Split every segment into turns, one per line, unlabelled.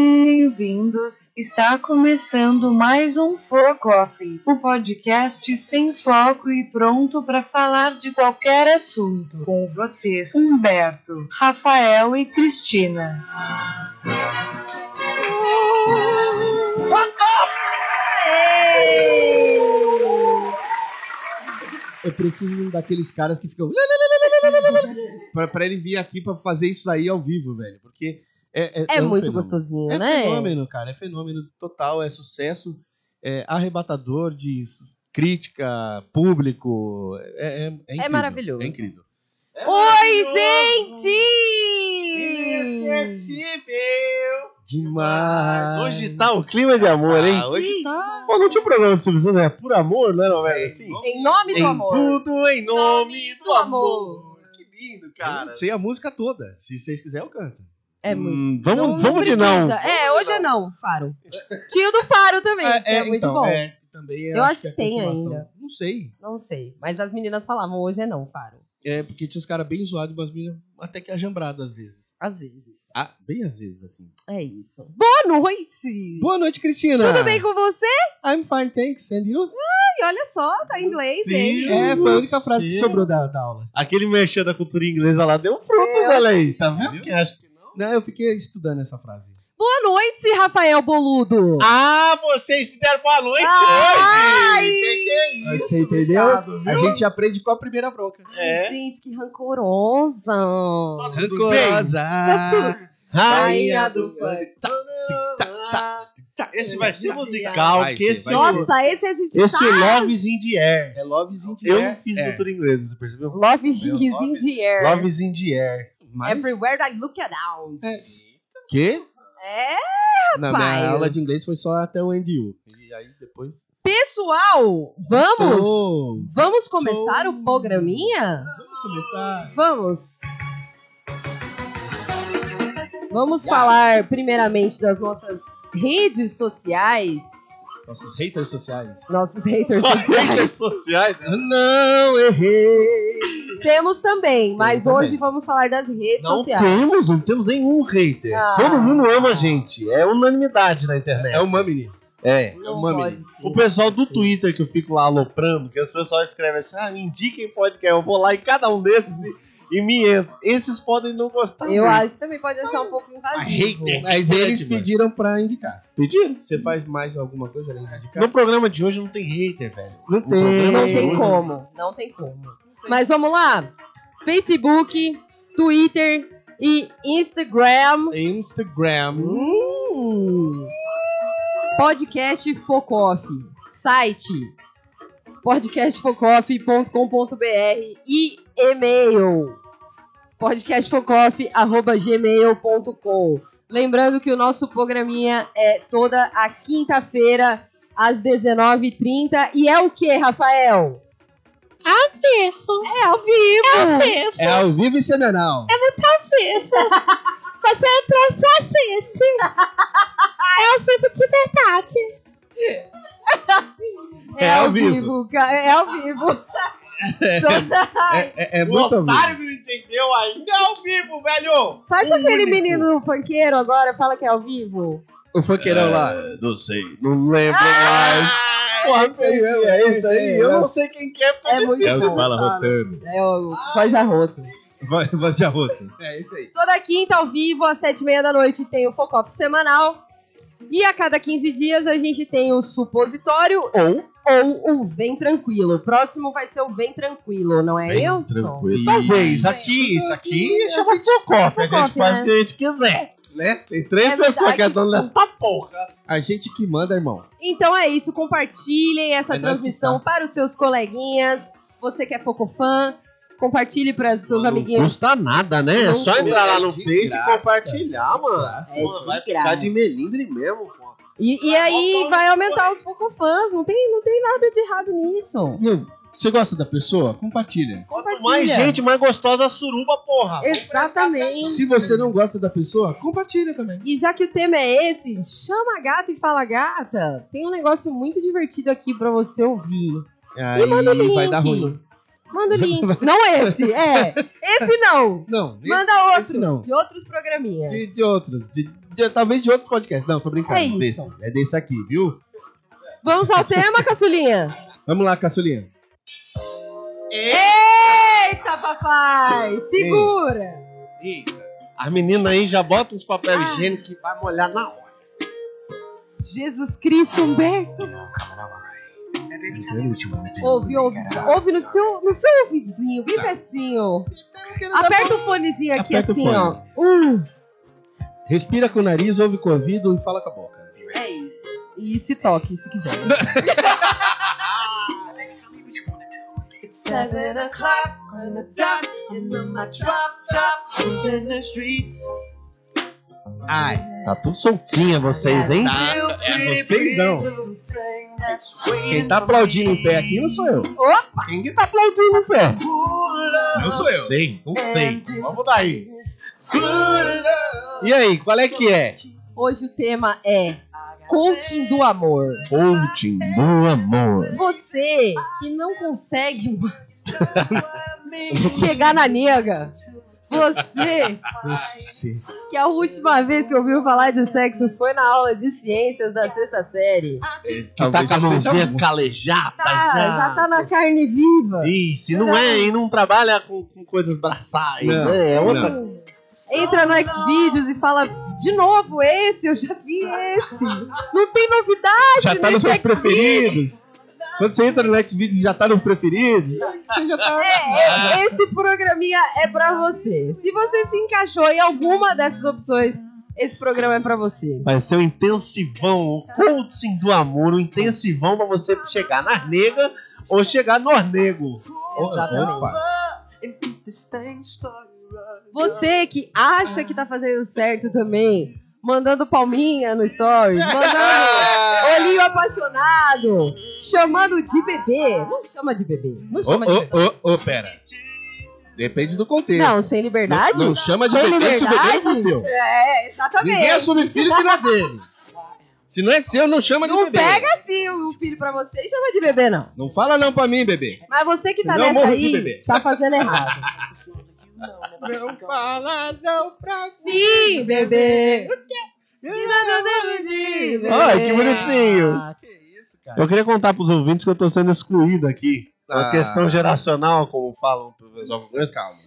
Bem-vindos! Está começando mais um Foco Off, um podcast sem foco e pronto para falar de qualquer assunto. Com vocês, Humberto, Rafael e Cristina.
É
Eu preciso de um daqueles caras que ficam. pra, pra ele vir aqui pra fazer isso aí ao vivo, velho. Porque é, é,
É,
é um
muito
fenômeno.
gostosinho,
É
né?
fenômeno, cara. É fenômeno total. É sucesso. É arrebatador de s- crítica, público. É, é, é incrível,
maravilhoso.
É incrível. É um
Oi, gente!
Demais.
Hoje tá o clima de amor, hein?
Ah, hoje tá.
Pô, não tinha um programa de substância, é por amor, não era, velho? Assim,
Em nome do
em
amor.
tudo, em nome do,
do amor.
amor. Que lindo,
Eu
cara.
não sei a música toda. Se vocês quiserem, eu canto.
É muito.
Hum, vamos
Não-
vamos de não.
precisa. É, hoje é não, Faro. Tio do Faro também.
Ah,
que é, muito
então,
bom.
é, também é,
Eu acho que
é a
tem
continuação.
ainda.
Não sei.
Não sei. Mas as meninas falavam, hoje é não, Faro.
É, porque tinha os caras bem zoados, mas mina até que ajambrada às vezes.
Às vezes.
Ah, bem às vezes, assim.
É isso. Boa noite!
Boa noite, Cristina!
Tudo bem com você?
I'm fine, thanks, and you?
E olha só, tá em inglês, hein?
Sim.
É, foi a única frase que
Sim.
sobrou da, da aula.
Aquele merchan da cultura inglesa lá deu frutos, olha aí. Tá vendo? Quem acha que não?
Não, eu fiquei estudando essa frase.
Boa noite, Rafael Boludo!
Ah, vocês me deram boa noite
Ah,
hoje!
Ai!
Que que é isso?
Você entendeu?
Obrigado,
A
viu?
gente aprende com a primeira bronca.
É.
Gente, que rancorosa!
Rancorosa!
Rainha do funk.
Esse vai ser musical.
Vai
que
ser,
esse
vai ser.
Nossa, esse a gente
esse
tá...
Loves in the Air.
É Love's in the
Eu
air.
não fiz
É.
cultura inglesa, você percebeu?
Love is in the air.
Loves in the
É
Air.
Mas...
Everywhere I look around.
Quê?
É.
Na
Rapaz.
minha aula de inglês foi só até o end you. E aí depois...
Pessoal,
Então,
vamos?
Tô.
Vamos começar o programinha?
Vamos começar...
Vamos! Vamos falar primeiramente das nossas redes sociais,
Nossos haters sociais.
nossos haters sociais.
sociais. né?
Não errei!
Temos também, mas
também.
hoje vamos falar das redes
Não
sociais.
temos, não temos nenhum hater.
Ah.
Todo mundo ama a gente. É unanimidade na internet.
É uma menina.
É.
Não
uma
pode ser.
O pessoal do Twitter que eu fico lá aloprando, que as pessoas escrevem assim, ah, me indiquem podcast. Eu vou lá em cada um desses e, e me entro. Esses podem não gostar.
Eu
muito.
acho que também pode achar um pouco invasivo.
hater.
Mas eles
Mano.
pediram pra indicar.
Pediram?
Você faz mais alguma coisa além de indicar?
No programa de hoje não tem hater, velho.
Não
tem.
Não
Ei.
tem como, não tem como. Mas vamos lá. Facebook, Twitter e Instagram.
Instagram.
Hum. Podcast Focoff. Site podcastfocoff.com.br e e-mail podcastfocoff.gmail.com Lembrando que o nosso programinha é toda a quinta-feira às 19h30 e é o que, Rafael? Ao vivo. É ao vivo.
É ao vivo e semanal.
Você entrou só assiste. É o vivo de verdade. É,
É
ao
ao vivo.
vivo, cara. É ao vivo. Toda-
É, é
O
muito ao
otário
vivo.
que não entendeu ainda é ao vivo, velho!
Faz aquele menino funkeiro agora, fala que é ao vivo.
O
É.
funkeirão lá.
Não sei, não lembro mais.
Ah,
Porra,
Porra, sei, é isso aí. Eu não sei quem que é, porque
É muito bom.
tá, né?
rotando.
É o voz de arroto.
Vai- Voz de arroto. É isso aí.
Toda quinta, ao vivo, às sete e meia da noite, tem o Focoff semanal. E a cada 15 dias a gente tem o supositório ou, ou o Vem Tranquilo. O próximo vai ser o Vem Tranquilo, não é, eu?
Talvez, aqui, isso aqui é chama Focoff. A gente
Focoff,
faz
né?
o que a gente quiser.
Né? Tem três
É
pessoas
verdade.
que estão nessa.
Essa porra.
A gente que manda, irmão.
Então é isso, compartilhem essa
É nóis que
transmissão para os seus coleguinhas. Você que é focofã, compartilhe para os seus
Não
amiguinhos.
custa nada, né? É
Não
só entrar lá no
de
Face e
graça.
compartilhar, mano.
É
Pô,
de
vai
graça.
ficar de melindre mesmo, pô. um
E, e aí vai aumentar os focofãs. Não tem, não tem nada de errado nisso.
Meu, Você gosta da pessoa? Compartilha.
Quanto
Compartilha.
mais gente, mais gostosa a suruba, porra.
Exatamente.
Se você não gosta da pessoa, compartilha também.
E já que o tema é esse, chama a gata e fala gata. Tem um negócio muito divertido aqui pra você ouvir.
Aí
manda o link.
vai dar ruim.
Manda o link. não esse, é. Esse não.
Não, esse-
Manda outros,
esse não.
de outros programinhas.
De, de outros. de- de- talvez de outros podcasts. Não, tô brincando.
É isso.
Desse, é desse aqui, viu?
Vamos ao tema, caçulinha?
Vamos lá, caçulinha.
Eita, papai! Segura!
Eita. As meninas aí já botam uns papel
Ah.
higiênico que vai molhar na hora.
Jesus Cristo, um Humberto!
né,
Ouve, ouve, ouve no seu, no seu ouvidinho,
Tá.
bem pertinho.
Então,
Aperta o fonezinho aqui
Aperta o
assim,
fone.
ó. Um.
Respira com o nariz, ouve com o ouvido e fala com a boca. né?
É isso. E se toque, se quiser.
Seven o'clock on the dot, and then my drop top is in the streets.
Ai,
Tá tudo soltinha vocês, hein?
Tá,
Real pretty,
vocês não.
pretty little thing that's
é quem
waiting
tá
for
aplaudindo
me.
em pé aqui não sou eu.
Quem que tá aplaudindo o pé?
Ooh, love,
Não sou eu.
Sei, não
É,
sei. Vamos daí.
good love.
E aí, qual é que é?
Hoje o tema é Coaching do Amor.
Coaching do amor.
Você que não consegue mais chegar na nega. Você
Você.
que a última vez que ouviu falar de sexo foi na aula de ciências da sexta série.
Que tá com
um
a mãozinha calejada
Tá,
já.
já tá na carne viva.
Isso, e não é, e não trabalha com, com coisas braçais,
Não,
né? É outra
não.
Entra no Xvideos e fala de novo esse, eu já vi esse. Não tem novidade. né,
Já tá nos seus preferidos. Quando você entra no Xvideos, já tá nos preferidos. Você já tá...
É, é, esse programinha é pra você. Se você se encaixou em alguma dessas opções, esse programa é pra você.
Vai
um
ser o intensivão, o coaching do amor, o intensivão pra você chegar na nega ou chegar no nego.
Exatamente.
Opa.
and keep this thing started right.
Você que acha que tá fazendo certo também, mandando palminha no story, mandando olhinho apaixonado, chamando de bebê. Não chama de bebê. Não
Ô,
chama de bebê.
ô, ô, ô, pera. Depende do contexto.
Não, sem liberdade?
Não, não chama de
Sem
bebê se o bebê não
liberdade?
for seu.
É, exatamente.
Ninguém assume filho que não é dele. Se não é seu, não chama de
Não
bebê.
pega assim o filho pra você e chama de bebê, não.
Não fala não pra mim, bebê.
Mas você que tá
Senão eu
nessa
morro de
aí,
bebê.
tá fazendo errado.
Não fala não pra
Sim, bebê.
mim.
Ai, que bonitinho.
Ah,
Que isso, cara.
Eu queria contar pros ouvintes que eu tô sendo excluído aqui. Uma
Ah.
questão geracional, como falam o professor Congresso,
Calma.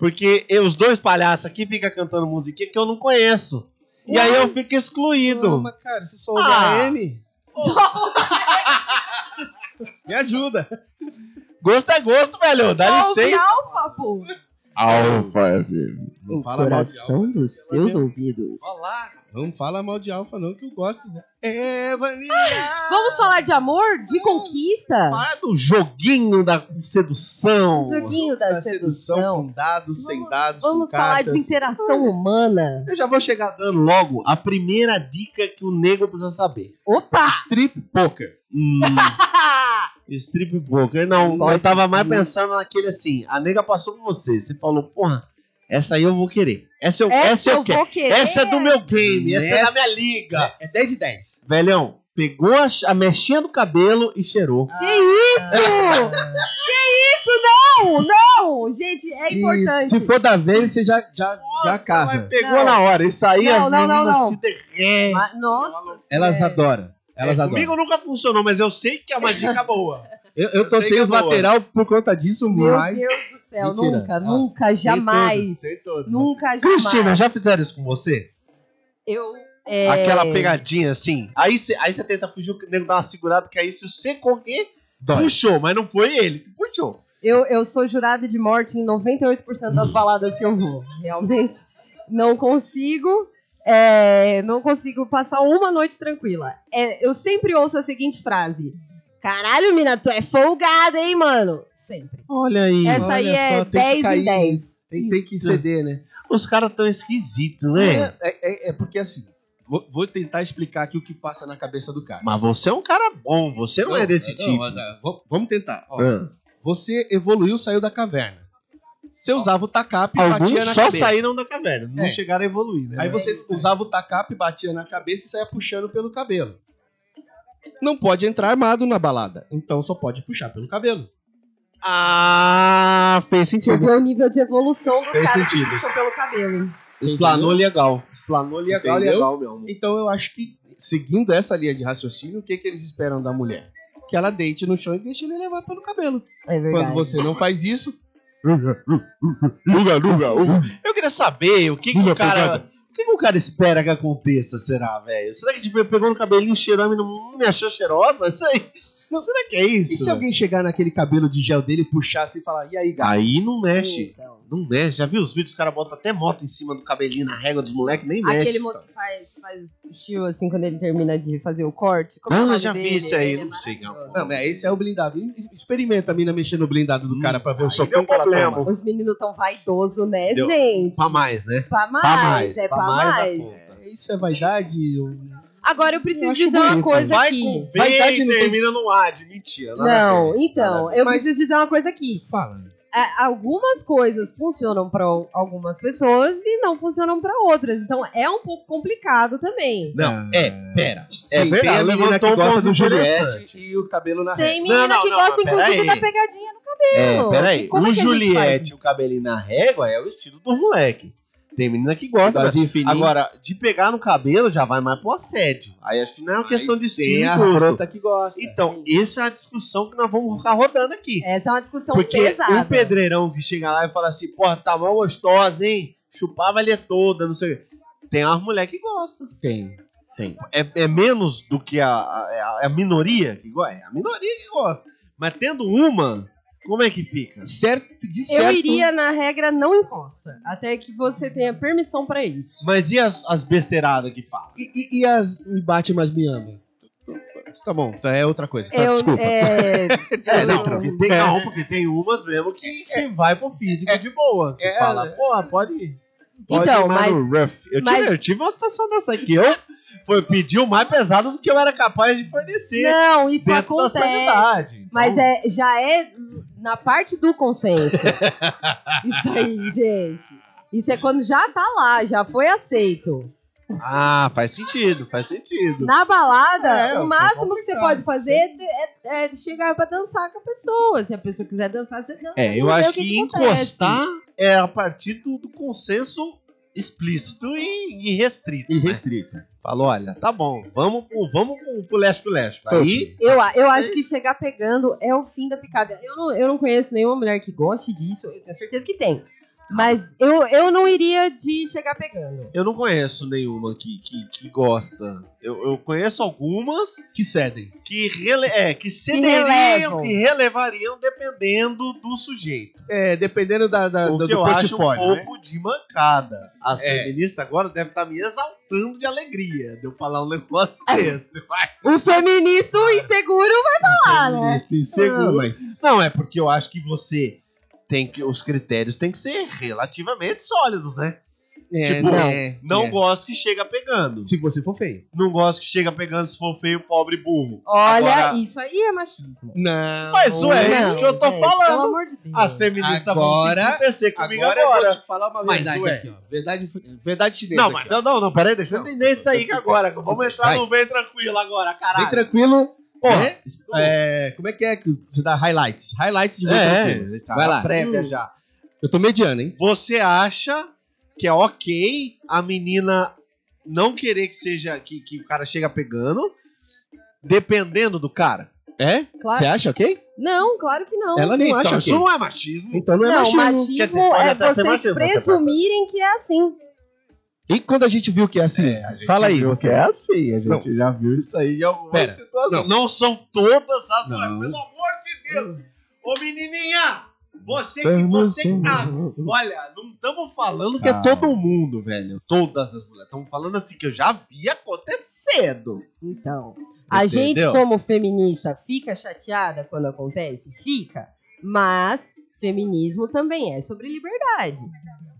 Porque eu- os dois palhaços aqui ficam cantando musiquinha que eu não conheço. E aí eu fico excluído.
Calma, cara. Se sou
Ah.
da M... Me ajuda.
Gosto é gosto, velho. Dá
Só ouve
licença.
alfa, pô.
Alfa, filho.
Não fala mal de né? alfa.
dos
seus
ouvidos.
Não fala mal de alfa não, que eu gosto. Né? É, Vanilla.
Vamos falar de amor? De conquista?
Falar do joguinho da sedução.
O joguinho da,
Da sedução,
sedução.
com dados, sem
Vamos-
dados,
Vamos
com
falar
cartas.
de interação humana.
Eu já vou chegar dando logo a primeira dica que o nego precisa saber.
Opa!
Strip poker.
Hum, strip poker. Não,
Pode-
eu tava mais pensando naquele assim. A nega passou por você. Você falou, porra, essa aí eu vou querer. Essa eu, essa eu, quero.
vou querer.
Essa é do meu game. Essa, é da
Nessa-
minha liga.
É 10 de 10.
Velhão, pegou a, ch- a mexinha do cabelo e cheirou.
Que isso? que isso? Não! Não! Gente, é importante.
se for da velha, você já, já, já
mas
casa.
pegou
Não.
na hora. Isso aí
Não,
as
não, não,
meninas
não.
se derretem.
Ah,
Ma- Ah, Nossa.
Elas
sério.
adoram. Elas
É,
adoram.
comigo nunca funcionou, mas eu sei que é uma dica boa.
Eu, eu tô
Eu sei
sem
que
os
é boa.
lateral por conta disso,
Meu
mas.
Deus do céu,
Mentira.
nunca,
Ah,
nunca,
Sei
jamais.
todos, sei todos.
Nunca, jamais.
Cristina, já fizeram isso com você?
Eu. é,
Aquela pegadinha assim. Aí você aí cê tenta fugir, o nego dá uma segurada, que aí se você correr,
Dói.
puxou, mas não foi ele que puxou.
Eu, eu sou jurada de morte em 98% das baladas que eu vou. Realmente, não consigo. é, não consigo passar uma noite tranquila. É, eu sempre ouço a seguinte frase: Caralho, mina, tu é folgada, hein, mano? Sempre.
Olha aí.
Essa aí
olha
é
só, tem que
10 em
cair
10.
Tem, tem que ceder, né?
Os caras tão esquisitos, né?
É, é- é porque assim, vou, vou tentar explicar aqui o que passa na cabeça do cara.
Mas você é um cara bom, você não, é desse
não,
tipo.
olha, v- Vamos tentar. ó.
Ah.
Você evoluiu, saiu da caverna. Você usava o tacape e
Alguns
batia na
só
cabeça.
saíram da caverna, não
É.
chegaram a evoluir, né?
Aí você usava o tacape, batia na cabeça e saia puxando pelo cabelo. Não pode entrar armado na balada, então só pode puxar pelo cabelo.
Ah, fez
Você
sentido.
vê o nível de evolução dos
Fez
caras
sentido.
que puxam pelo cabelo.
Explanou legal. Explanou legal,
Entendeu?
legal, meu amor.
Então eu acho que, seguindo essa linha de raciocínio, o que, que eles esperam da mulher? Que ela deite no chão e deixe ele levar pelo cabelo.
É verdade.
Quando você não faz isso,
Eu queria saber o que, que o cara. O que, que o cara espera que aconteça, será, velho? Será que tipo, ele pegou no cabelinho, cheirou e não me achou cheirosa? Isso aí.
Não.
Será que é isso?
e se
velho?
alguém chegar naquele cabelo de gel dele, puxar assim e falar, e aí, gato?
Aí não mexe.
então.
Não mexe. Já viu os vídeos? Os caras botam até moto em cima do cabelinho na régua dos moleques, nem mexe.
Aquele moço que faz, faz chill assim quando ele termina de fazer o corte. Como é o
Ah,
nome
já vi
dele?
isso aí,
Ele é
não sei, cara.
maravilhoso.
Não, mas esse é o blindado. Experimenta a mina mexendo no blindado do cara pra
Hum.
ver o socão que ela
problema.
toma.
Os meninos tão vaidosos, né,
Deu-
gente?
Pra mais, né?
Pra mais,
mais,
é
pra
pra,
mais da
mais.
conta.
Isso é vaidade? ou-
Agora eu preciso
Eu acho
dizer uma
bonito.
coisa
Vai
aqui.
com
Vai
V
dar
e
de-
termina no AD. Mentira. nada a ver.
Não, então, eu
Mas-
preciso dizer uma coisa aqui.
Fala.
É, algumas coisas funcionam pra algumas pessoas e não funcionam pra outras. Então é um pouco complicado também.
Não, é, pera. É verdade,
Sim, tem a menina
levantou
que
um
gosta
ponto
do
interessante.
Juliette e o cabelo na régua.
Tem menina
não,
que
não,
gosta,
não,
inclusive,
peraí.
da pegadinha no cabelo.
É, peraí.
Como
o
que a gente
Juliette, o cabelinho na régua, é o estilo do moleque. Tem menina que gosta.
Agora,
mas-
de infinito,
Agora, de pegar no cabelo já vai mais pro assédio. Aí acho que não é uma
mas
questão de estilo
Tem
e
a
gosto.
frota que gosta.
Então, essa é a discussão que nós vamos ficar rodando aqui.
Essa é uma discussão
Porque um
pesada.
o pedreirão que chega lá e fala assim, porra, tá mal gostosa, hein? Chupar valia toda, não sei o quê. Tem umas mulher que gosta.
tem.
É, é menos do que a, a, é a- é a minoria que gosta. É a minoria que gosta. Mas tendo uma, como é que fica?
Certo, de
Eu
certo.
iria na regra não encosta, até que você tenha permissão pra isso.
Mas e as, as besteiradas que fala?
E, e, e as me bate, mas me ama? Tá bom, tá, é outra coisa. tá,
Eu,
desculpa.
é,
É, não,
não.
porque tem, não, porque tem umas mesmo que, que vai pro físico de boa. Que
é,
fala,
é.
pô, pode ir. Pode
então,
ir mais
mas
no rough. Eu,
mas-
tive, eu tive uma situação dessa aqui. Eu foi pedir o mais pesado do que eu era capaz de fornecer.
não, isso
dentro da
acontece.
sanidade. Então,
Mas é, já é na parte do consenso. Isso aí, gente. Isso é quando já tá lá, já foi aceito.
Ah, faz sentido, faz sentido.
Na balada,
É,
o máximo que você pode fazer é, é- é chegar pra dançar com a pessoa. Se a pessoa quiser dançar, você dança.
É, eu
Vamos ver
acho
o
que,
que que
encostar é a partir do, do consenso explícito e, e restrito.
E
né?
restrita.
Falou, olha, tá bom, vamos pro, vamos pro, pro leste pro leste. Aí,
Eu, a- eu acho que chegar pegando é o fim da picada. Eu não, eu não conheço nenhuma mulher que goste disso, eu tenho certeza que tem. Mas eu, eu não iria de chegar pegando.
eu não conheço nenhuma que, que, que gosta. Eu, eu conheço algumas
Que cedem.
que, rele, é, que cederiam,
relevam.
que, relevariam dependendo do sujeito.
É, dependendo da, da-
O
do,
que
do
eu acho um
portfólio. né?
pouco de mancada. As
É.
feministas agora devem estar me exaltando de alegria de eu falar um negócio desse. Vai.
O feminista inseguro vai falar, né?
Ah,
Seguro.
mas
Não, é porque eu acho que você tem que. Os critérios têm que ser relativamente sólidos, né?
É,
Tipo,
né,
Não
é.
gosto que chega pegando.
Se você for feio.
Não gosto que chega pegando se for feio, pobre e burro.
Olha,
Agora-
isso aí é machismo.
Não.
Mas ué, é isso que eu tô
gente,
falando.
Pelo amor de Deus.
As feministas
Agora-
vão se acontecer comigo
Agora,
agora. é
eu vou te falar uma
Mas,
verdade
ué.
aqui, ó. Verdade, verdade chinesa.
Não,
aqui,
mas
ó.
não, não, não, peraí, deixa eu
Não.
entender isso aí que agora. Vamos entrar
Vai.
no bem tranquilo agora,
Bem
caralho.
tranquilo.
Porra,
né? É, como é que é que você dá highlights? Highlights de bem tranquilo.
É,
Vai lá.
Prévia
Hum.
já.
Eu tô mediano, hein?
Você acha que é ok a menina não querer que seja que, que o cara chega pegando, dependendo do cara?
É? Você
Claro.
acha ok?
Não, claro que não.
Ela não
então,
acha
isso
ok.
não é machismo.
Então não é
não,
machismo.
machismo
Quer dizer, pode
é
até ser
vocês
machismo, você pode-
presumirem que é assim.
E quando a gente viu que é assim? fala aí. você.
assim, a
gente
já viu isso aí em algumas
Pera,
situações. Então, Não. são todas as mulheres, pelo amor de Deus. Ô menininha, você que você que tá. Olha, não estamos falando que é
Uhum. Ah.
todo mundo, velho. Todas as mulheres. Estamos falando assim que eu já vi acontecendo.
Então, a
Entendeu?
gente como feminista fica chateada quando acontece? Fica. Mas feminismo também é sobre liberdade.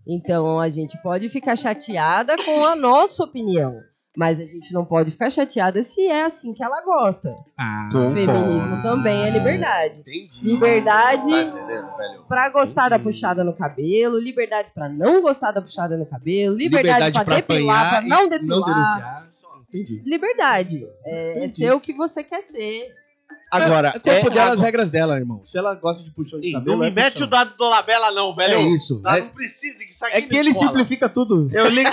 Então, a gente pode ficar chateada com a nossa opinião. Mas a gente não pode ficar chateada se é assim que ela gosta.
Então.
Ah,
Feminismo também é liberdade.
Entendi.
Liberdade
Tá entendendo, velho?
pra gostar da puxada no cabelo, liberdade pra não gostar da puxada no cabelo, liberdade, pra, depilar, pra
e
não depilar.
Não denunciar. Entendi.
Liberdade. É, é
Entendi.
ser o que você quer ser.
Agora,
o corpo
é-
dela, as regras dela, irmão. Se ela gosta de puxão de
Ih,
cabelo.
não me
é
mete
puxão.
o dado do Labela, não, velho. tá
É isso.
Ela
É,
não precisa disso aqui.
é que ele
cola.
simplifica tudo.
Eu ligo.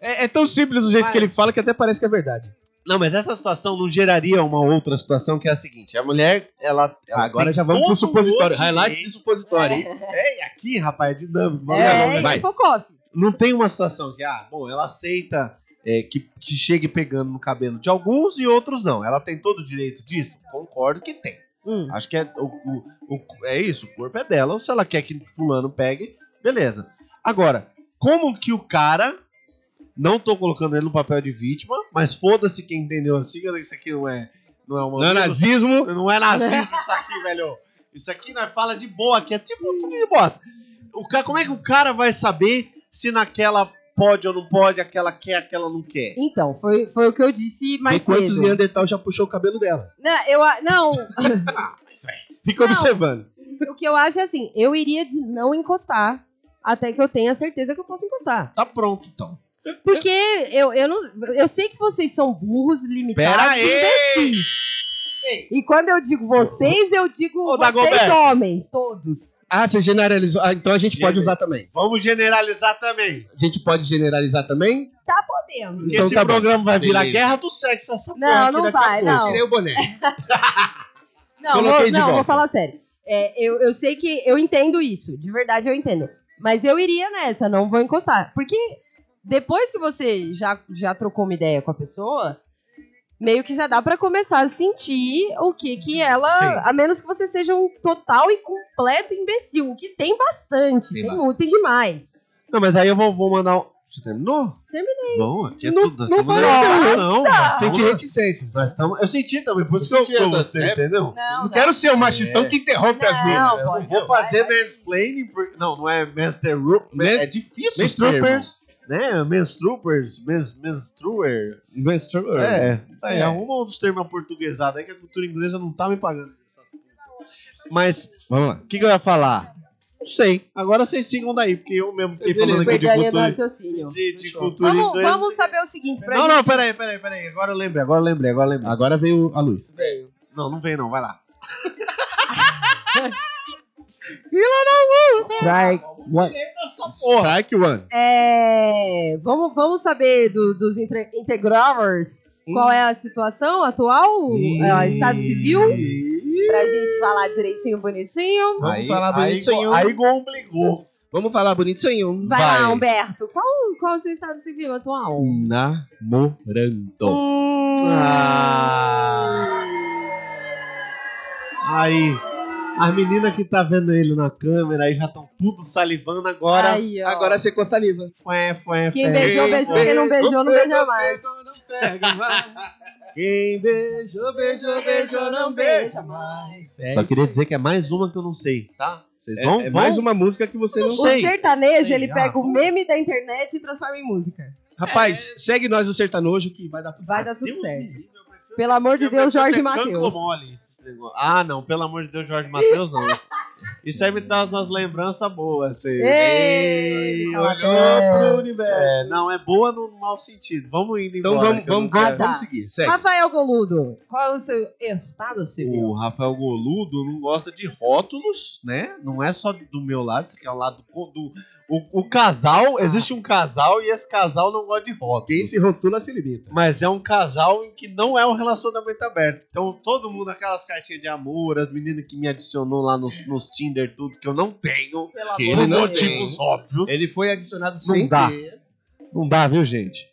É, é tão simples o jeito que ele fala que até parece que é verdade.
Não, mas essa situação não geraria uma outra situação que é a seguinte: a mulher, ela. ela
Agora
tem
já vamos pro
todo
supositório.
o
Highlight
direito.
de supositório. hein?
É, e aqui, rapaz, é dinâmico. Vamos lá,
É,
vamos
e
lá.
é focoff.
Não tem uma situação que, ah, bom, ela aceita é, que, que chegue pegando no cabelo de alguns e outros não. Ela tem todo o direito disso? Concordo que tem.
Hum.
Acho que é, o, o- o- é isso, o corpo é dela. Ou se ela quer que fulano pegue, beleza. Agora, como que o cara. Não tô colocando ele no papel de vítima, mas foda-se quem entendeu assim, que isso aqui não é. Não é uma.
Não é nazismo.
Não é nazismo isso aqui, velho. Isso aqui nós fala de boa, aqui é tipo tudo de bosta. O cara, como é que o cara vai saber se naquela pode ou não pode, aquela quer, aquela não quer?
Então, foi, foi o que eu disse
E
mais
quantos
cedo.
Neandertal já puxou o cabelo dela?
Não, eu, a- não,
Fica
Não.
observando.
o que eu acho é assim, eu iria de não encostar até que eu tenha certeza que eu posso encostar.
Tá pronto, então.
Porque eu, eu, não, eu sei que vocês são burros, limitados
Tá
Pera aí!
e imbecis. E quando eu digo vocês, eu digo
Ô,
vocês
Dagoberto.
homens, todos.
Ah, você generalizou. Ah, então a gente pode
Gene-
usar também.
Vamos generalizar também.
A gente pode generalizar também?
Tá podendo.
Então
Esse
tá bom.
programa vai virar
Beleza.
guerra do sexo essa porra
Não,
aqui
não
daqui a
vai,
pouco.
não.
Tirei o boné.
Não,
Coloquei
vou,
de
não,
volta.
vou falar sério. É, eu, eu sei que eu entendo isso, de verdade eu entendo. Mas eu iria nessa, não vou encostar. Porque depois que você já, já trocou uma ideia com a pessoa, meio que já dá pra começar a sentir o que que ela.
Sim.
A menos que você seja um total e completo imbecil, o que tem bastante,
Tem
tem, mu- tem demais.
Não, mas aí eu vou, vou mandar um. Você terminou?
Terminei.
Bom, aqui é
Não-
tudo. Nós
não
estamos
vai
nervosos,
ter.
não. nós
Senti
estamos-
reticência.
nós estamos- Eu senti também, por isso que eu.
Senti, tá
Você
certo.
entendeu?
Não,
Não quero ser o machistão que interrompe as minas.
Não,
Eu É. não
pode
vou
não,
fazer
vai, vai.
mansplaining. por- Não, não é master
Man-
É difícil os termos,
Menstruppers.
né? Menstruppers, mens, menstruer.
Menstruppers.
É,
é.
é, arruma outros termos aportuguesados aí que a cultura inglesa não tá me pagando. Mas,
Vamos lá.
o que, que eu ia falar? Não sei. Agora vocês sigam daí, porque eu mesmo fiquei falando
Beleza.
aqui
Foi
de
ganhando
cultura,
raciocínio.
de, de
Fechou.
cultura
Vamos,
inglesa.
vamos saber o seguinte, pra
Não,
gente...
não, peraí, peraí, peraí. Agora eu lembrei, agora eu lembrei, agora eu lembrei.
Agora veio a luz.
Ah, Não, não vem não, vai lá.
Strike
One.
porra.
Strike one.
É, vamos, vamos saber do- dos inter- integrovers qual é a situação atual, é, estado civil, pra gente falar direitinho, bonitinho.
Vamos
Aí,
falar
aí,
bonito, senhor.
aí, go obrigou.
Vamos falar bonito um. senhor.
Vai,
Vai.
lá, Humberto, qual, qual é o seu estado civil atual?
Namorando.
Hum,
Aí, as meninas que tá vendo ele na câmera aí já estão tudo salivando agora.
aí, ó.
Agora você com saliva.
Fué, fué,
Quem
fué.
beijou, beijou, quem não beijou, não beija mais.
pega mais. Quem beijou, beijou, beijou, não beija mais. Só queria dizer que é mais uma que eu não sei, tá? Vocês
É,
vão?
é
vão?
mais uma música que você não
O
sei.
sertanejo,
Sei,
ele
ah,
pega o
vamos.
meme da internet e transforma em música.
Rapaz, segue nós o sertanojo que vai dar tudo
Vai
certo.
dar tudo
Deus
certo.
me livre, eu prefiro-
Pelo amor de
um eu
Deus,
prefiro
Jorge
ter
Matheus.
cancro mole, esse negócio. Ah, não, pelo amor de Deus, Jorge Matheus, não. Isso- Isso aí me dá umas lembranças boas. assim.
Ei,
Ei,
cala a
olhou
boca.
pro universo. É, não, é boa no mau sentido. Vamos indo
Então
embora.
vamos,
que eu não
vamos,
quero-
vamos,
Ah, tá.
vamos seguir. Segue.
Rafael Goludo, qual é o seu estado civil?
O Rafael Goludo não gosta de rótulos, né? Não é só do meu lado, isso aqui é o lado do. do- o, o casal, existe um casal e esse casal não gosta de
Quem
rótulos.
se rotula se limita.
Mas é um casal em que não é um relacionamento aberto. Então todo mundo, aquelas cartinhas de amor, as meninas que me adicionou lá nos, nos Tinder, tudo que eu não tenho,
Pelo amor
Que
por
ele não
motivos óbvios.
Ele foi adicionado
Não
sem
dá.
ter.
Não dá, viu, gente?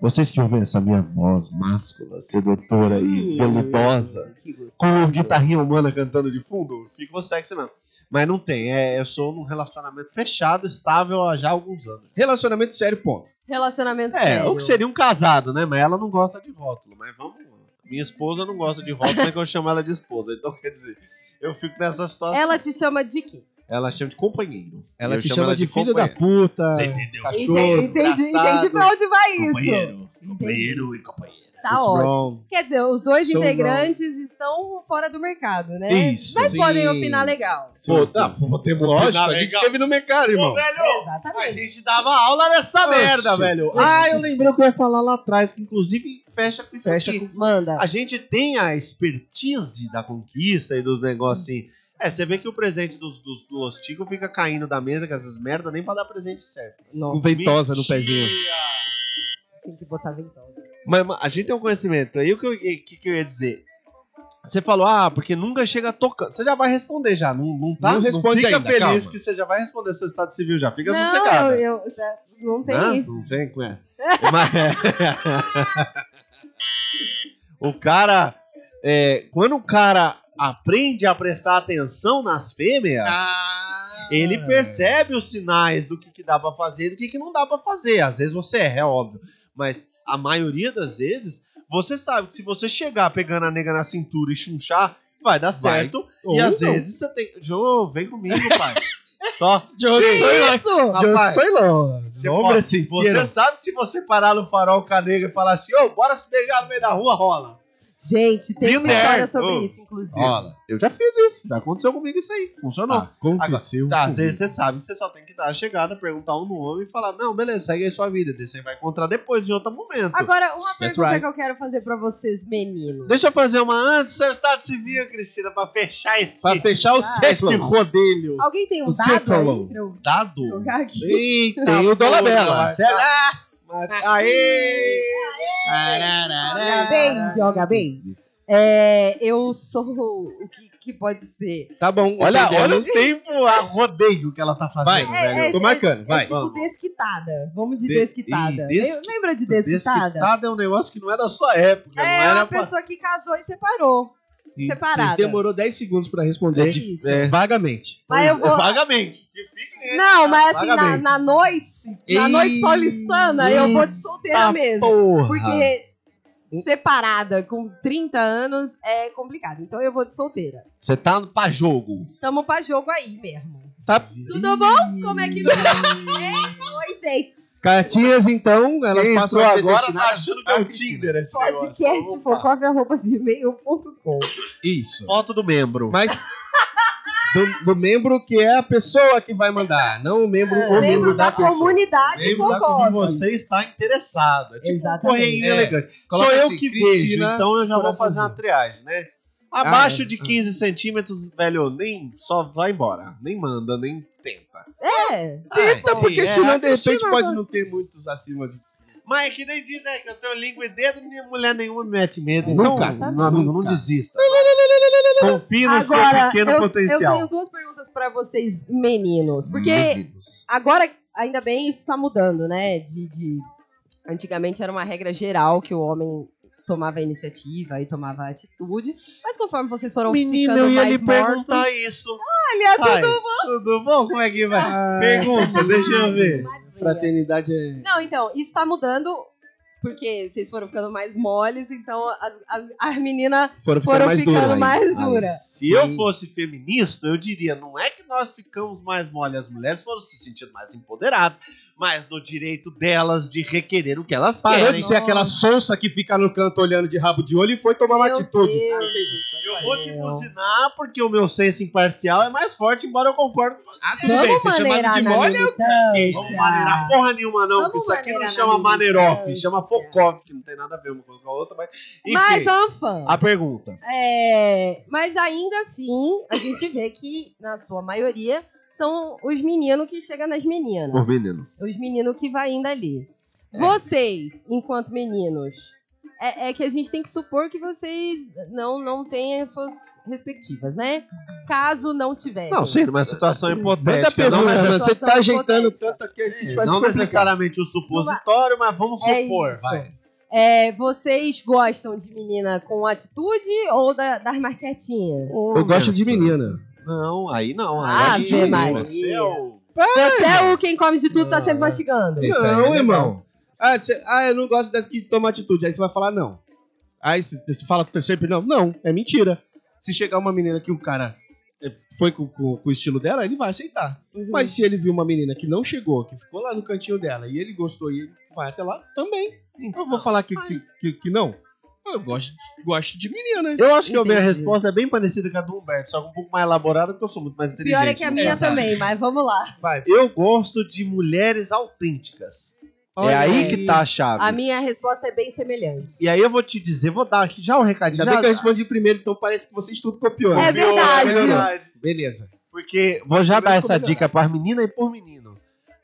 Vocês que ouvem essa minha voz máscula, sedutora e veludosa, com guitarrinha humana cantando de fundo, ficou sexy mesmo. Mas não tem, é, eu sou num relacionamento fechado, estável há já alguns anos.
Relacionamento sério, ponto.
Relacionamento
É,
sério.
o que seria um casado, né? Mas ela não gosta de rótulo. Mas vamos. Minha esposa não gosta de rótulo, é que eu chamo ela de esposa. Então, quer dizer, eu fico nessa situação.
Ela te chama de quê?
Ela chama de companheiro.
Ela
Eu
te
chamo
chama
ela
de,
de
filho da
companheiro.
puta.
entendeu?
Cachorro,
Entendi, entendi, entendi pra onde vai isso.
Companheiro.
Entendi.
e companheira.
Tá
It's
ótimo.
wrong.
Quer dizer, os dois
So
integrantes estão fora do mercado, né?
Isso,
Mas
sim.
podem opinar legal.
Pô,
Sim,
tá,
sim.
pô, temos
Lógico, a gente
legal.
esteve no mercado, irmão.
velho, a
Exatamente.
gente dava aula nessa
Oxi.
merda, velho. Ah, eu lembrei o que eu ia falar lá atrás, que inclusive fecha com isso
Fecha
aqui.
Manda.
A gente tem a expertise da conquista e dos negócios assim. É, você vê que o presente dos, dos, do Ostigo fica caindo da mesa com essas merda, nem pra dar presente serve.
Com
Nossa,
ventosa no pezinho.
tem que botar ventosa.
Mas, mas a gente tem um conhecimento. Aí o que eu, o que que eu ia dizer? Você falou, ah, porque nunca chega tocando. Você já vai responder já, não, não tá?
Não responde
fica
ainda,
feliz
calma.
que você já vai responder seu estado civil já. Fica sossegado.
Não, eu, eu- tá, não tem
Hã?
isso.
Não tem, como é? Mas- o cara. é, quando o cara aprende a prestar atenção nas fêmeas,
Ah.
ele percebe os sinais do que, que dá pra fazer e do que, que não dá pra fazer. Às vezes você erra, é óbvio. Mas a maioria das vezes, você sabe que se você chegar pegando a nega na cintura e chunchar, vai dar
Vai.
certo.
Ou
e às
não.
vezes você tem. Jô, vem comigo, pai. Tó.
Eu sou lá.
Isso!
Eu
Rapaz,
sou lá.
você
Homem
pode-
sincero.
Você sabe que se você parar no farol com a nega e falar assim, ô, bora se beijar no meio da rua, rola.
Gente, tem uma
Minerva.
história sobre
Ô.
isso, inclusive.
Olha,
Eu já fiz isso, já aconteceu comigo isso aí, funcionou.
aconteceu.
Tá, às
comigo.
vezes você sabe que você só tem que dar a chegada, perguntar um nome e falar, não, beleza, segue aí sua vida, daí você vai encontrar depois, em outro momento.
Agora, uma pergunta
right.
que eu quero fazer pra vocês, meninos.
Deixa eu fazer uma antes do seu estado civil, Cristina, pra fechar esse
Pra fechar o
este
século.
rodelho.
Alguém tem um
O
dado
Círculo.
aí pra eu
Dado?
jogar aqui?
Eita,
Tem o Dona
porra,
Bela.
vai. Mas- Aê!
Joga bem, joga bem. É, eu sou o que, que pode ser.
Tá bom.
Olha, olha o
entendemos.
tempo a rodeio que ela tá fazendo,
Vai.
velho.
É,
Tô marcando, vai.
É tipo
Vamos.
desquitada. Vamos de,
De-
desquitada.
Ih,
Eu-
desqui-
Lembra de
Desquitada.
desquitada?
é um negócio que não é da sua época. não
É
era
uma
pra...
pessoa que casou e separou.
Sim,
Separada.
Demorou 10 segundos pra responder.
Isso.
É,
Vagamente.
Mas eu vou-
é vagamente. Que fique nesse,
Não,
cara,
mas assim, na,
vagamente.
na noite, na noite
Ih,
paulistana, eu vou de solteira
tá
mesmo.
Porra.
Porque separada com 30 anos é complicado. Então eu vou de solteira.
Você tá pra jogo.
Tamo pra jogo aí mesmo.
Tá.
Tudo bom? Como é que vai? É, Oi, gente.
Cartinhas, então, elas
Entrou
passam a ser
agora tá
destinadas-
achando que é
Ah,
o
Cristina.
Tinder esse negócio.
Podcast
Opa.
focove.gmail.com
Isso.
Foto do membro.
Mas do, do membro que é a pessoa que vai mandar, não o membro, o membro,
Ah. Membro
da,
da
pessoa.
comunidade
Membro que
Focove.
você está interessado. É tipo um
Exatamente.
correio
É.
elegante.
Coloca
Sou eu
assim,
que
Cristina
vejo, então eu já vou fazer
Coraçãozinho.
uma triagem, né? Abaixo
é.
de 15 centímetros, velho, nem só vai embora. Nem manda, nem tenta.
É.
Eita,
Ai,
porque
é,
senão
a
de repente
Cristina
pode
vai-
não ter muitos acima de.
Mas é que nem diz, né? Que eu tenho língua e dedo, nem mulher nenhuma me mete medo.
Nunca,
Então, meu amigo, não
nunca.
desista. Confie no seu
Agora,
pequeno
eu, eu
potencial.
tenho duas perguntas pra vocês, meninos. Porque agora, ainda bem, isso tá mudando, né? De, de- Antigamente era uma regra geral que o homem tomava a iniciativa e tomava a atitude. Mas conforme vocês foram
Menino,
ficando
eu ia
mais
lhe
mortos...
perguntar isso.
Olha,
Ai,
tudo
Tudo bom? Como é que vai?
Ah,
Pergunta, deixa eu ver.
bom.
fraternidade é.
Não, então, isso tá mudando porque vocês foram ficando mais moles, então as, as, as meninas
Foram ficando
foram
mais Ah,
ficando
duras.
mais
Aí,
duras.
Se
Sim.
eu fosse feminista, eu diria: não é que nós ficamos mais mole, as mulheres foram se sentindo mais empoderadas, mas no direito delas de requerer o que elas
Parou
querem.
de ser aquela sonsa que fica no canto olhando de rabo de olho e foi tomar uma
Meu
atitude. Ah,
Deus.
Eu vou te buzinar porque o meu senso imparcial é mais forte, embora eu concordo.
Ah, tudo bem,
Vamos
você chama
maneirar
de
na
mole.
militância.
Não maneirar porra nenhuma, não.
Vamos
porque isso aqui não
maneirar na
chama maneroff,
militância.
chama focoff, que não tem nada a ver uma coisa com a outra, mas. Enfim,
Mas, Anfã,
a pergunta.
é, mas ainda assim, a gente vê que, na sua maioria, são os meninos que chegam nas meninas.
menino.
os meninos que vai indo ali.
É.
Vocês, enquanto meninos, é, é que a gente tem que supor que vocês não, não têm as suas respectivas, né? Caso não tiverem.
Não, sim, numa situação é
Manda
hipotética. não é necessariamente-
pergunta, mano, você tá
situação
ajeitando
hipotética.
tanto aqui, a gente vai se
Não
complicar.
necessariamente o supositório, mas vamos
É
supor.
isso.
vai.
É, vocês gostam de menina com atitude ou da, das marquetinhas?
Eu gosto de menina.
Não, aí não. Aí
Ah,
eu acho
Ave
que
Maria.
Você é o...
Você é o quem come de tudo,
Não,
tá
né?
sempre
não.
mastigando.
Isso aí é
Não,
legal.
irmão.
Ah, você- ah, eu não gosto das que tomam atitude. Aí você vai falar não. Aí você você fala sempre não. Não, é mentira. Se chegar uma menina que o cara foi com, com- com o estilo dela, ele vai aceitar.
Uhum.
Mas se ele viu uma menina que não chegou, que ficou lá no cantinho dela e ele gostou e ele vai até lá, também. eu vou falar que, que, que- que não. Eu gosto, de- gosto de menina, né?
Eu acho que a minha
Entendi.
resposta é bem parecida com a do Humberto, só que um pouco mais elaborada, porque eu sou muito mais inteligente. né?
Pior é que a
no
minha
caso.
também, mas vamos lá.
Vai.
Eu gosto de mulheres autênticas. é
Olha
aí que tá a chave.
A minha resposta é bem semelhante.
E aí eu vou te dizer, vou dar aqui já o um recadinho.
Ainda bem
já-
que eu respondi primeiro, então parece que vocês tudo copiou. né?
É verdade.
Beleza.
Porque vou já
Primeiro
dar essa
combinado.
dica para menina e por menino.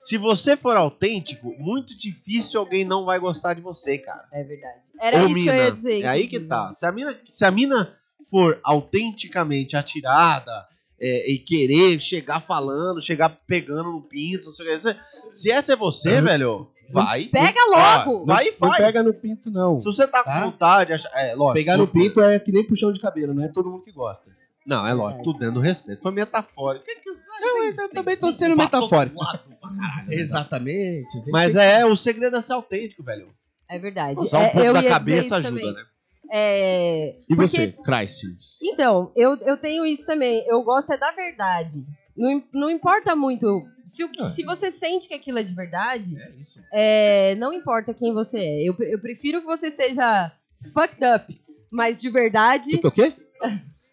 Se você for autêntico, muito difícil alguém não vai gostar de você, cara.
É verdade. Era
Ou
isso
mina.
que eu ia dizer.
é aí que
inclusive.
tá. Se a mina, se a mina for autenticamente atirada é, e querer chegar falando, chegar pegando no pinto, não sei o que, se- se essa é você,
Uhum.
velho, vai.
Pega
Ó,
logo!
vai e
Não
faz.
pega no pinto, não.
Se você tá com
Tá?
vontade, acha- é lógico.
Pegar no pinto é que nem puxão de cabelo, não é todo mundo que gosta.
Não, é lógico, tudo dentro do respeito. Foi metafórico. Que que-
Não, eu também tô sendo
Pra todo
metafórico.
lado, pra caralho.
Exatamente.
Mas é, o segredo é ser autêntico, velho.
É verdade.
Usar um
É,
pouco
eu
da
ia
cabeça
dizer isso
ajuda,
também.
né?
É,
E
Porque-
você, Christ?
Então, eu, eu tenho isso também. Eu gosto é da verdade. Não, im- não importa muito. Se, o-
Ah.
É.
se você sente que aquilo é de verdade,
É isso.
é, não importa quem você é. Eu, pre- eu prefiro que você seja fucked up, mas de verdade.
Tipo o quê?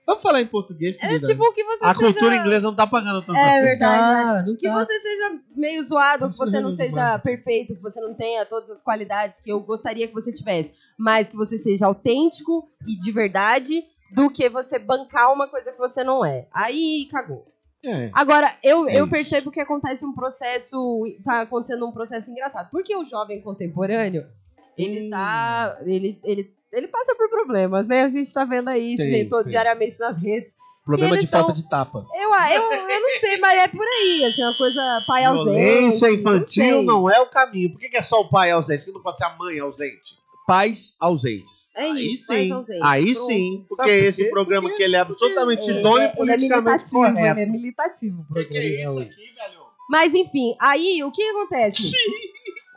Vamos falar em português,
É
querida.
tipo que você
A
seja.
cultura inglesa não tá pagando tanto
É
assim.
verdade. né?
Ah, não
Que
tá.
você seja meio zoado,
Não
que você
seja
não
meio
seja
zoado.
perfeito, que você não tenha todas as qualidades que eu gostaria que você tivesse, mas que você seja autêntico e de verdade, do que você bancar uma coisa que você não é. Aí cagou.
É.
Agora, eu,
É
eu
isso.
percebo que acontece um processo. Tá acontecendo um processo engraçado. Porque o jovem contemporâneo, ele
Hum.
tá. Ele, ele, ele passa por problemas, né? A gente tá vendo aí isso
Tem,
vem todo
tem.
diariamente nas redes.
Problema
eles
de falta
são-
de tapa.
Eu, eu, eu não sei, mas é por aí, assim, uma coisa pai ausente.
Violência
sei.
infantil não é o caminho. Por que, que é só o pai ausente? Que não pode ser a mãe ausente?
Pais ausentes.
É
aí
isso,
sim.
pais ausentes.
Aí
Pronto.
sim. Porque
Sabe por quê?
esse programa que ele é absolutamente
Ele,
dono
é-
e
ele é
politicamente
militativo,
correto.
ele é militativo. o
O que, que
programa,
é isso
né?
aqui, velho?
Mas enfim, aí o que acontece?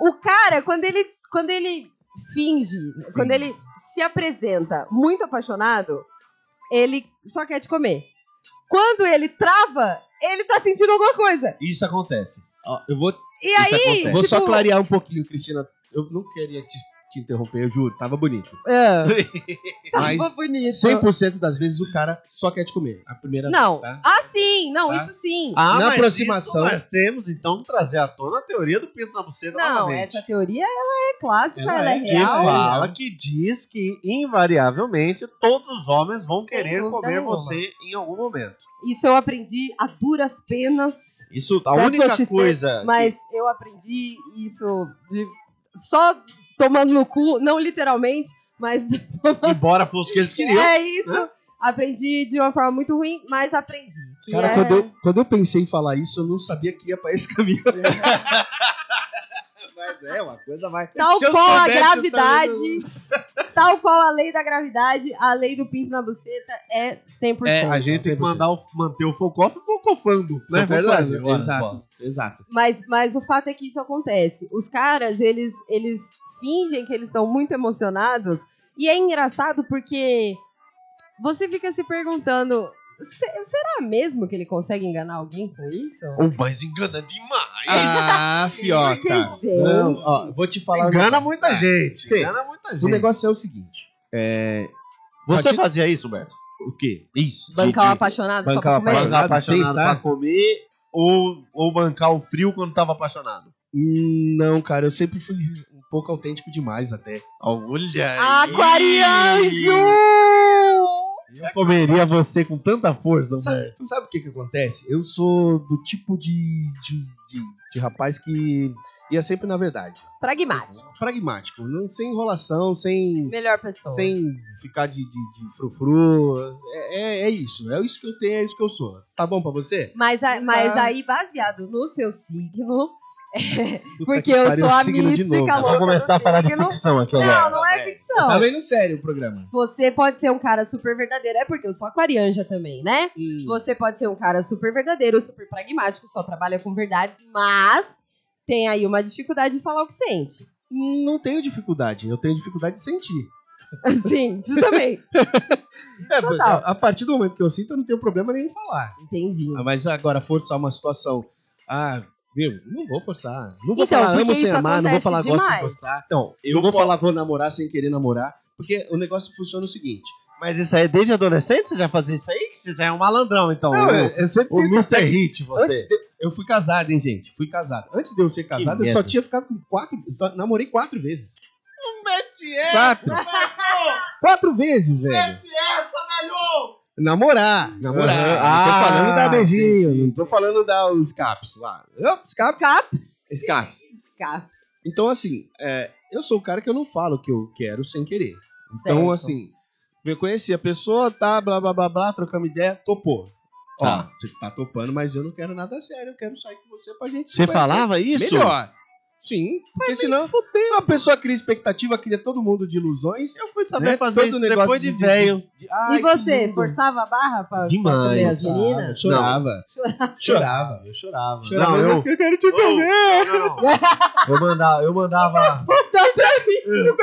o cara, quando ele, quando ele finge, quando ele se apresenta muito apaixonado, ele só quer te comer. Quando ele trava, ele tá sentindo alguma coisa.
Isso acontece.
Ó, eu vou,
E
Isso
aí.
acontece.
vou só
tipo,
clarear um pouquinho, Cristina. Eu não queria te, te interromper, eu juro. Tava bonito.
ah, tava
Mas
bonito.
100% das vezes o cara só quer te comer. A primeira
Não.
vez, tá?
Ah, sim, não,
Tá?
isso sim.
Ah,
Na
mas
aproximação-
isso nós temos então que trazer à tona a teoria do pinto na buceta
não,
novamente.
essa teoria ela é clássica,
Ela
ela,
é
é,
que
que
real.
fala que diz que invariavelmente todos os homens vão
Sem
querer
dúvida
comer
nenhuma.
você em algum momento.
Isso eu aprendi a duras penas.
Isso a
Da
única
Justiça,
coisa.
Mas eu aprendi isso de- só tomando no cu, não literalmente, mas
que, embora fosse o que eles queriam.
é isso. Aprendi de uma forma muito ruim, mas aprendi. Que
Cara,
é-
quando, eu, quando eu pensei em falar isso, eu não sabia que ia pra esse caminho. Mas é uma coisa mais.
Tal
se eu
qual
soubesse,
Tá a
eu
gravidade, tal qual a lei da gravidade, a lei do pinto na buceta é 100%.
É, a gente tem que mandar o- manter o foco off focofando,
é
né? Verdade. Agora,
Exato,
pô.
exato.
Mas, mas o fato é que isso acontece. Os caras, eles, eles fingem que eles estão muito emocionados. E é engraçado porque você fica se perguntando: "Se- será mesmo que ele consegue enganar alguém com isso?
Ou mais engana demais.
Ah, fiota.
Porque, gente.
Não, ó, vou te falar.
engana
uma-
muita gente.
Sim.
Engana muita gente.
O negócio é o seguinte. É,
Você
Pode-
fazia isso, Humberto?
o quê?
Isso.
Tipo, Bancar
de-
o
de-
apaixonado só
bancar o
pra comer?
Bancar
Apaixonado sem
Tá apaixonado
estar?
pra tá? comer ou, ou bancar o frio quando tava apaixonado?
Hum, Não, cara, eu sempre fui um pouco autêntico demais até.
Olha aí.
Aquarianjo!
Eu comeria você com tanta força,
Sabe,
Humberto.
sabe o que que acontece? Eu sou do tipo de, de, de, de rapaz que ia sempre na verdade.
Pragmático.
Pragmático, não, sem enrolação, sem,
Melhor pessoa.
sem ficar de, de, de frufru. É, é, é isso, é isso que eu tenho, é isso que eu sou. Tá bom pra você?
Mas, a- mas
Ah.
aí, baseado no seu signo,
Puta
porque
que
eu
pariu,
sou a
signo de
mística
novo.
louca.
Vamos começar a
do
falar de
signo.
ficção aqui
Não,
agora.
não é ficção.
Tá vendo sério o programa.
Você pode ser um cara super verdadeiro. É porque eu sou aquarianja também, né?
Hum.
Você pode ser um cara super verdadeiro, super pragmático, só trabalha com verdades, mas tem aí uma dificuldade de falar o que sente.
Não tenho dificuldade, eu tenho dificuldade de sentir.
Sim, isso também. Isso
É,
total.
a, a partir do momento que eu sinto, eu não tenho problema nem em falar.
Entendi.
Ah, Mas agora, forçar uma situação. Ah, viu? Não vou forçar. Não vou
Então,
falar
porque
amo sem
isso
amar, não vou
acontece
falar gosto sem
demais.
gostar. Então, eu
Não
vou
fala-
falar vou namorar sem querer namorar. Porque o negócio funciona o seguinte.
Mas isso aí, desde adolescente você já fazia isso aí? Você já é um malandrão, então.
Não,
o
eu, eu sempre assim.
o
fiz
Mr.
isso.
Hit,
Antes
você.
de- eu fui casado, hein, gente? Fui casado. Antes de eu ser casado, eu só
merda.
tinha ficado com quatro. só Namorei quatro vezes.
Mete
Quatro. quatro vezes, velho. Namorar. Namorar.
Aham.
não
Ah,
tô falando da beijinho. Não tô falando da os caps lá. Eu, Escape.
Caps.
Escape.
Caps.
Então, assim, é, eu sou o cara que eu não falo o que eu quero sem querer. Então,
Certo.
assim, eu conheci a pessoa, tá, blá, blá, blá, blá, trocamos ideia, topou.
Tá.
Ó, você tá topando, mas eu não quero nada sério, eu quero sair com você pra gente se
Você
conhecer
falava isso?
Melhor. Sim, porque senão a pessoa cria expectativa, cria todo mundo de ilusões.
Eu fui
né?
saber fazer
Todo
isso
negócio
depois de velho.
de- de- ai,
E você,
que lindo.
forçava a barra pra pra
Demais. Ah.
comer
Chorava,
as meninas?
Chorava. Chorava.
Eu chorava.
Chorava.
Não, eu...
quero te
Não, não, não. Eu mandava... Eu mandava...
tá
É.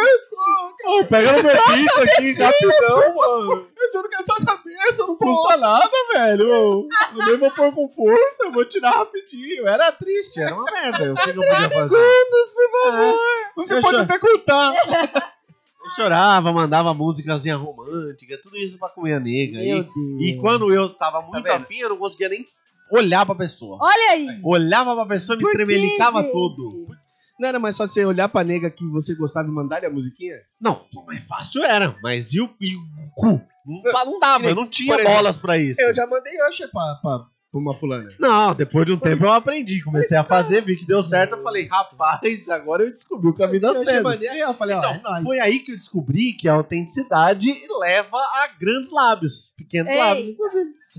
Pega no meu pinto aqui, rapidão, mano.
Eu juro que é só cabeça, não
nada, velho. Mesmo for com força, eu vou tirar rapidinho.
Era triste, era uma merda. Eu, o que que eu podia fazer?
Você
Eu
pode
cho-
até contar.
Eu chorava, mandava músicazinha romântica, tudo isso pra comer a nega.
Meu
E,
Deus.
e quando eu tava muito
vendo?
afim, eu não conseguia nem olhar pra pessoa.
Olha aí!
Olhava pra pessoa e me
Por quê,
tremelicava
gente?
todo.
Não era mais só você olhar pra nega que você gostava e mandar-lhe a musiquinha?
Não, mais fácil era, mas e o, e o cu? Não, não dava, eu não tinha
Por exemplo,
bolas pra isso.
Eu já mandei Usher pra, pra, pra uma fulana.
Não, depois de um tempo eu aprendi, comecei a fazer, vi que deu certo, eu falei, rapaz, agora eu descobri o caminho das
Eu já
pedras.
mandei aí, eu falei, ó, é nóis.
Foi aí que eu descobri que a autenticidade leva a grandes lábios, pequenos
Ei.
lábios.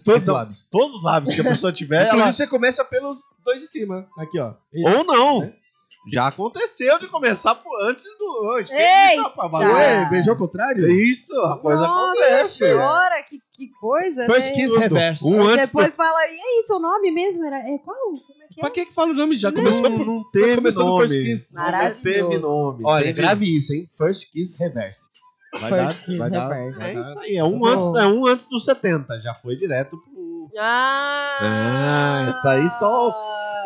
Todos os lados.
Todos os lábios que a pessoa tiver,
Então, Inclusive,
ela...
você começa pelos dois de cima. Aqui, ó.
Ou não. Né? Já aconteceu de começar por antes do hoje. Que
Eita!
isso, rapaz,
Tá.
Ué, beijou ao contrário?
Isso, a coisa
Nossa
acontece.
senhora, que, que coisa,
First
né?
kiss reverso.
Um antes
Depois fala, e aí, seu nome mesmo? Era, é qual? Como é que
Pra
é?
que que fala o nome? Já começou
não,
por...
não teve
começou no
nome.
first kiss.
Não teve
Maravilhoso.
nome.
Olha, é
teve-
grave isso, hein? First kiss reverse. Vai
First
dar,
kiss
vai dar,
reverse.
É
vai
isso
dar.
aí, é um,
Tá
antes,
bom.
é um antes dos 70. Já foi direto pro.
Ah!
Ah, essa aí só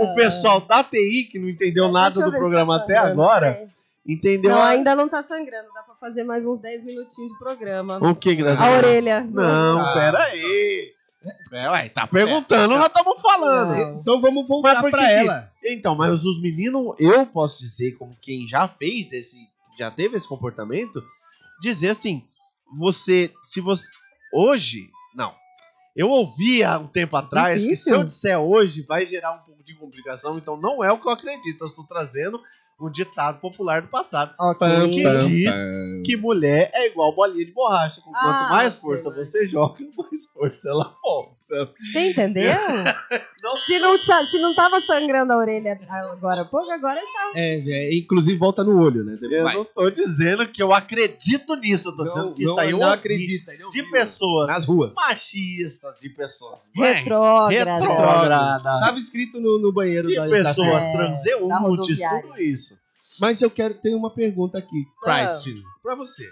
O pessoal da TI, que não entendeu nada
Deixa eu
do
ver se
programa
tá
até
sangrando,
agora,
peraí.
entendeu
Não,
a-
ainda não tá sangrando. Dá pra fazer mais uns 10 minutinhos de programa.
o que, Grazi?
A orelha.
Não,
Ah.
pera aí. É, ué, tá perguntando, nós estamos falando.
Não.
Então vamos voltar
Mas por que
pra
que-
ela.
Então, mas os meninos, eu posso dizer, como quem já fez esse, já teve esse comportamento, dizer assim, você, se você, hoje, não. Eu ouvi há um tempo atrás que se
Difícil.
eu disser hoje vai gerar um pouco de complicação, então não é o que eu acredito. Eu estou trazendo um ditado popular do passado
Ok.
que diz que mulher é igual bolinha de borracha. Com quanto
Ah,
mais
ok,
força
mas-
você joga, mais força ela volta.
Você entendeu?
Não.
Se, não, ta- se não tava sangrando a orelha agora há pouco, agora tá.
É, é, inclusive volta no olho, né?
Eu não tô dizendo que eu acredito nisso, eu tô dizendo que saiu
não acredita. ele
de
ouviu.
pessoas
Nas ruas.
machistas, de pessoas
Retrógrada.
retrógradas,
tá
Tava escrito no, no banheiro
de
da, da
pessoas
É, da
transeuntes,
rodoviária.
tudo isso.
Mas eu quero ter uma pergunta aqui,
Ah.
Christine, pra você.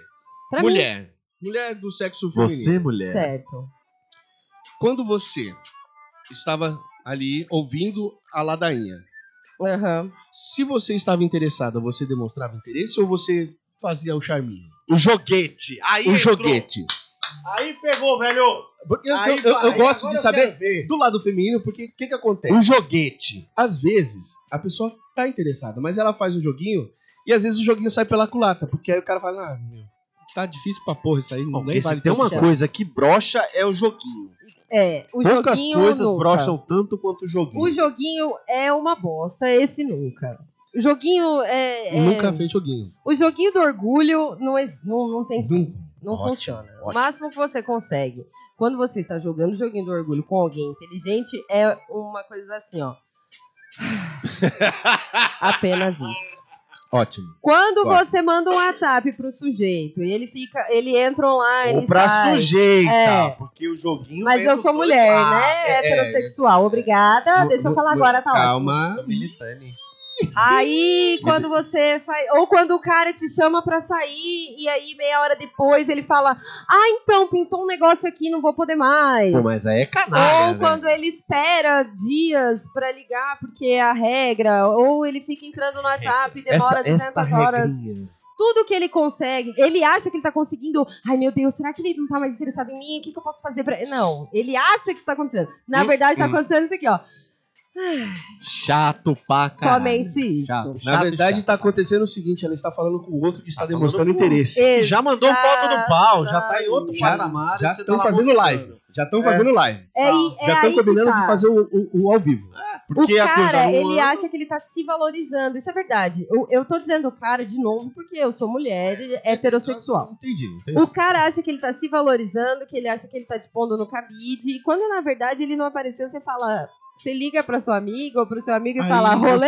Pra
mulher. Mulher do sexo feminino.
mim,
mulher,
certo.
Quando você estava ali ouvindo a ladainha,
Aham.
se você estava interessada, você demonstrava interesse ou você fazia o charminho?
o joguete, aí
o
entrou.
Um joguete.
aí pegou, velho.
Porque eu,
Aí
eu- eu-
vai,
eu gosto
agora
de
eu
saber
quero ver.
do lado feminino, porque o que, que acontece?
o Um joguete.
Às vezes, a pessoa tá interessada, mas ela faz um joguinho e às vezes o joguinho sai pela culata, porque aí o cara fala, ah, meu, tá difícil pra porra isso aí, não
Porque
nem
se
vale
tem
tanto
uma
isso."
coisa que brocha é o joguinho.
É, o
Poucas
joguinho.
coisas
nunca.
brocham tanto quanto o joguinho.
O joguinho é uma bosta, esse nunca. O joguinho é. é-
Nunca fez joguinho.
O joguinho do orgulho não, ex- não, não tem. Não
Ótimo,
funciona. O
ótimo.
máximo que você consegue quando você está jogando o joguinho do orgulho com alguém inteligente é uma coisa assim, ó. Apenas isso.
Ótimo.
Quando
Ótimo.
você manda um WhatsApp pro sujeito e ele fica, ele entra online,
Ou pra
sai.
sujeita,
É.
porque o joguinho.
Mas
vem
eu
dos
sou
dois
mulher,
É,
lados. é
né? Heterossexual. Obrigada. Deixa eu falar agora, tá ótimo.
Calma.
Militante.
Aí quando você faz. Ou quando o cara te chama pra sair e aí meia hora depois ele fala: Ah, então, pintou um negócio aqui, não vou poder mais.
Pô, mas aí é canalha,
Ou
né?
quando ele espera dias pra ligar porque é a regra, ou ele fica entrando no WhatsApp e demora
Essa,
200
esta
horas.
regrinha.
Tudo que ele consegue, ele acha que ele tá conseguindo. Ai meu Deus, será que ele não tá mais interessado em mim? O que, que eu posso fazer pra. Não, ele acha que isso tá acontecendo. Na
Hum,
verdade, tá
hum.
acontecendo isso aqui, ó.
Chato pra caralho.
Somente isso.
Chato,
Na
um chato,
verdade,
chato.
tá acontecendo o seguinte: ela está falando com o outro que está
Tá falando
demonstrando
com o outro.
interesse.
Já mandou foto do pau, já tá em outro
Já-
patamar.
já
você
estão
tá lá
fazendo
mostrando.
live. Já estão fazendo live.
É, aí- é
já
aí
estão
que
combinando
tá.
de fazer o, o- o ao vivo.
É, Porque
o
a coisa
cara,
não
é?
é-
ele
anda.
acha que ele tá se valorizando. Isso é verdade. Eu, eu tô dizendo o cara de novo porque eu sou mulher e é heterossexual.
Entendi, entendi.
O cara acha que ele tá se valorizando, que ele acha que ele tá te pondo no cabide. E quando na verdade ele não apareceu, você fala. Você liga pra sua amiga ou pro seu amigo e fala rolê?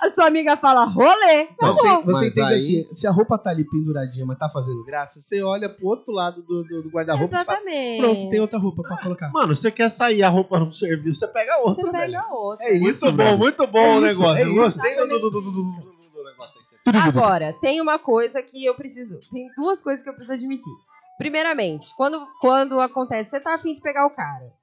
A sua amiga fala rolê. Tá
Você,
bom.
você
Mas
entende
aí-
assim, se a roupa tá ali penduradinha, mas tá fazendo graça, você olha pro outro lado do, do- do guarda-roupa e fala,
Exatamente.
pronto, tem outra roupa pra colocar.
Mano, você quer sair, a roupa não serviu, você pega outra,
Você
velho.
pega outra.
É isso,
Muito bom,
brother.
muito bom
É
o
isso,
negócio.
é
eu
isso.
gostei do, do, do, do, do, do, do- do- do negócio aí que você fez.
Agora, tem uma coisa que eu preciso. Tem duas coisas que eu preciso admitir. Primeiramente, quando, quando acontece, você tá afim de pegar o cara.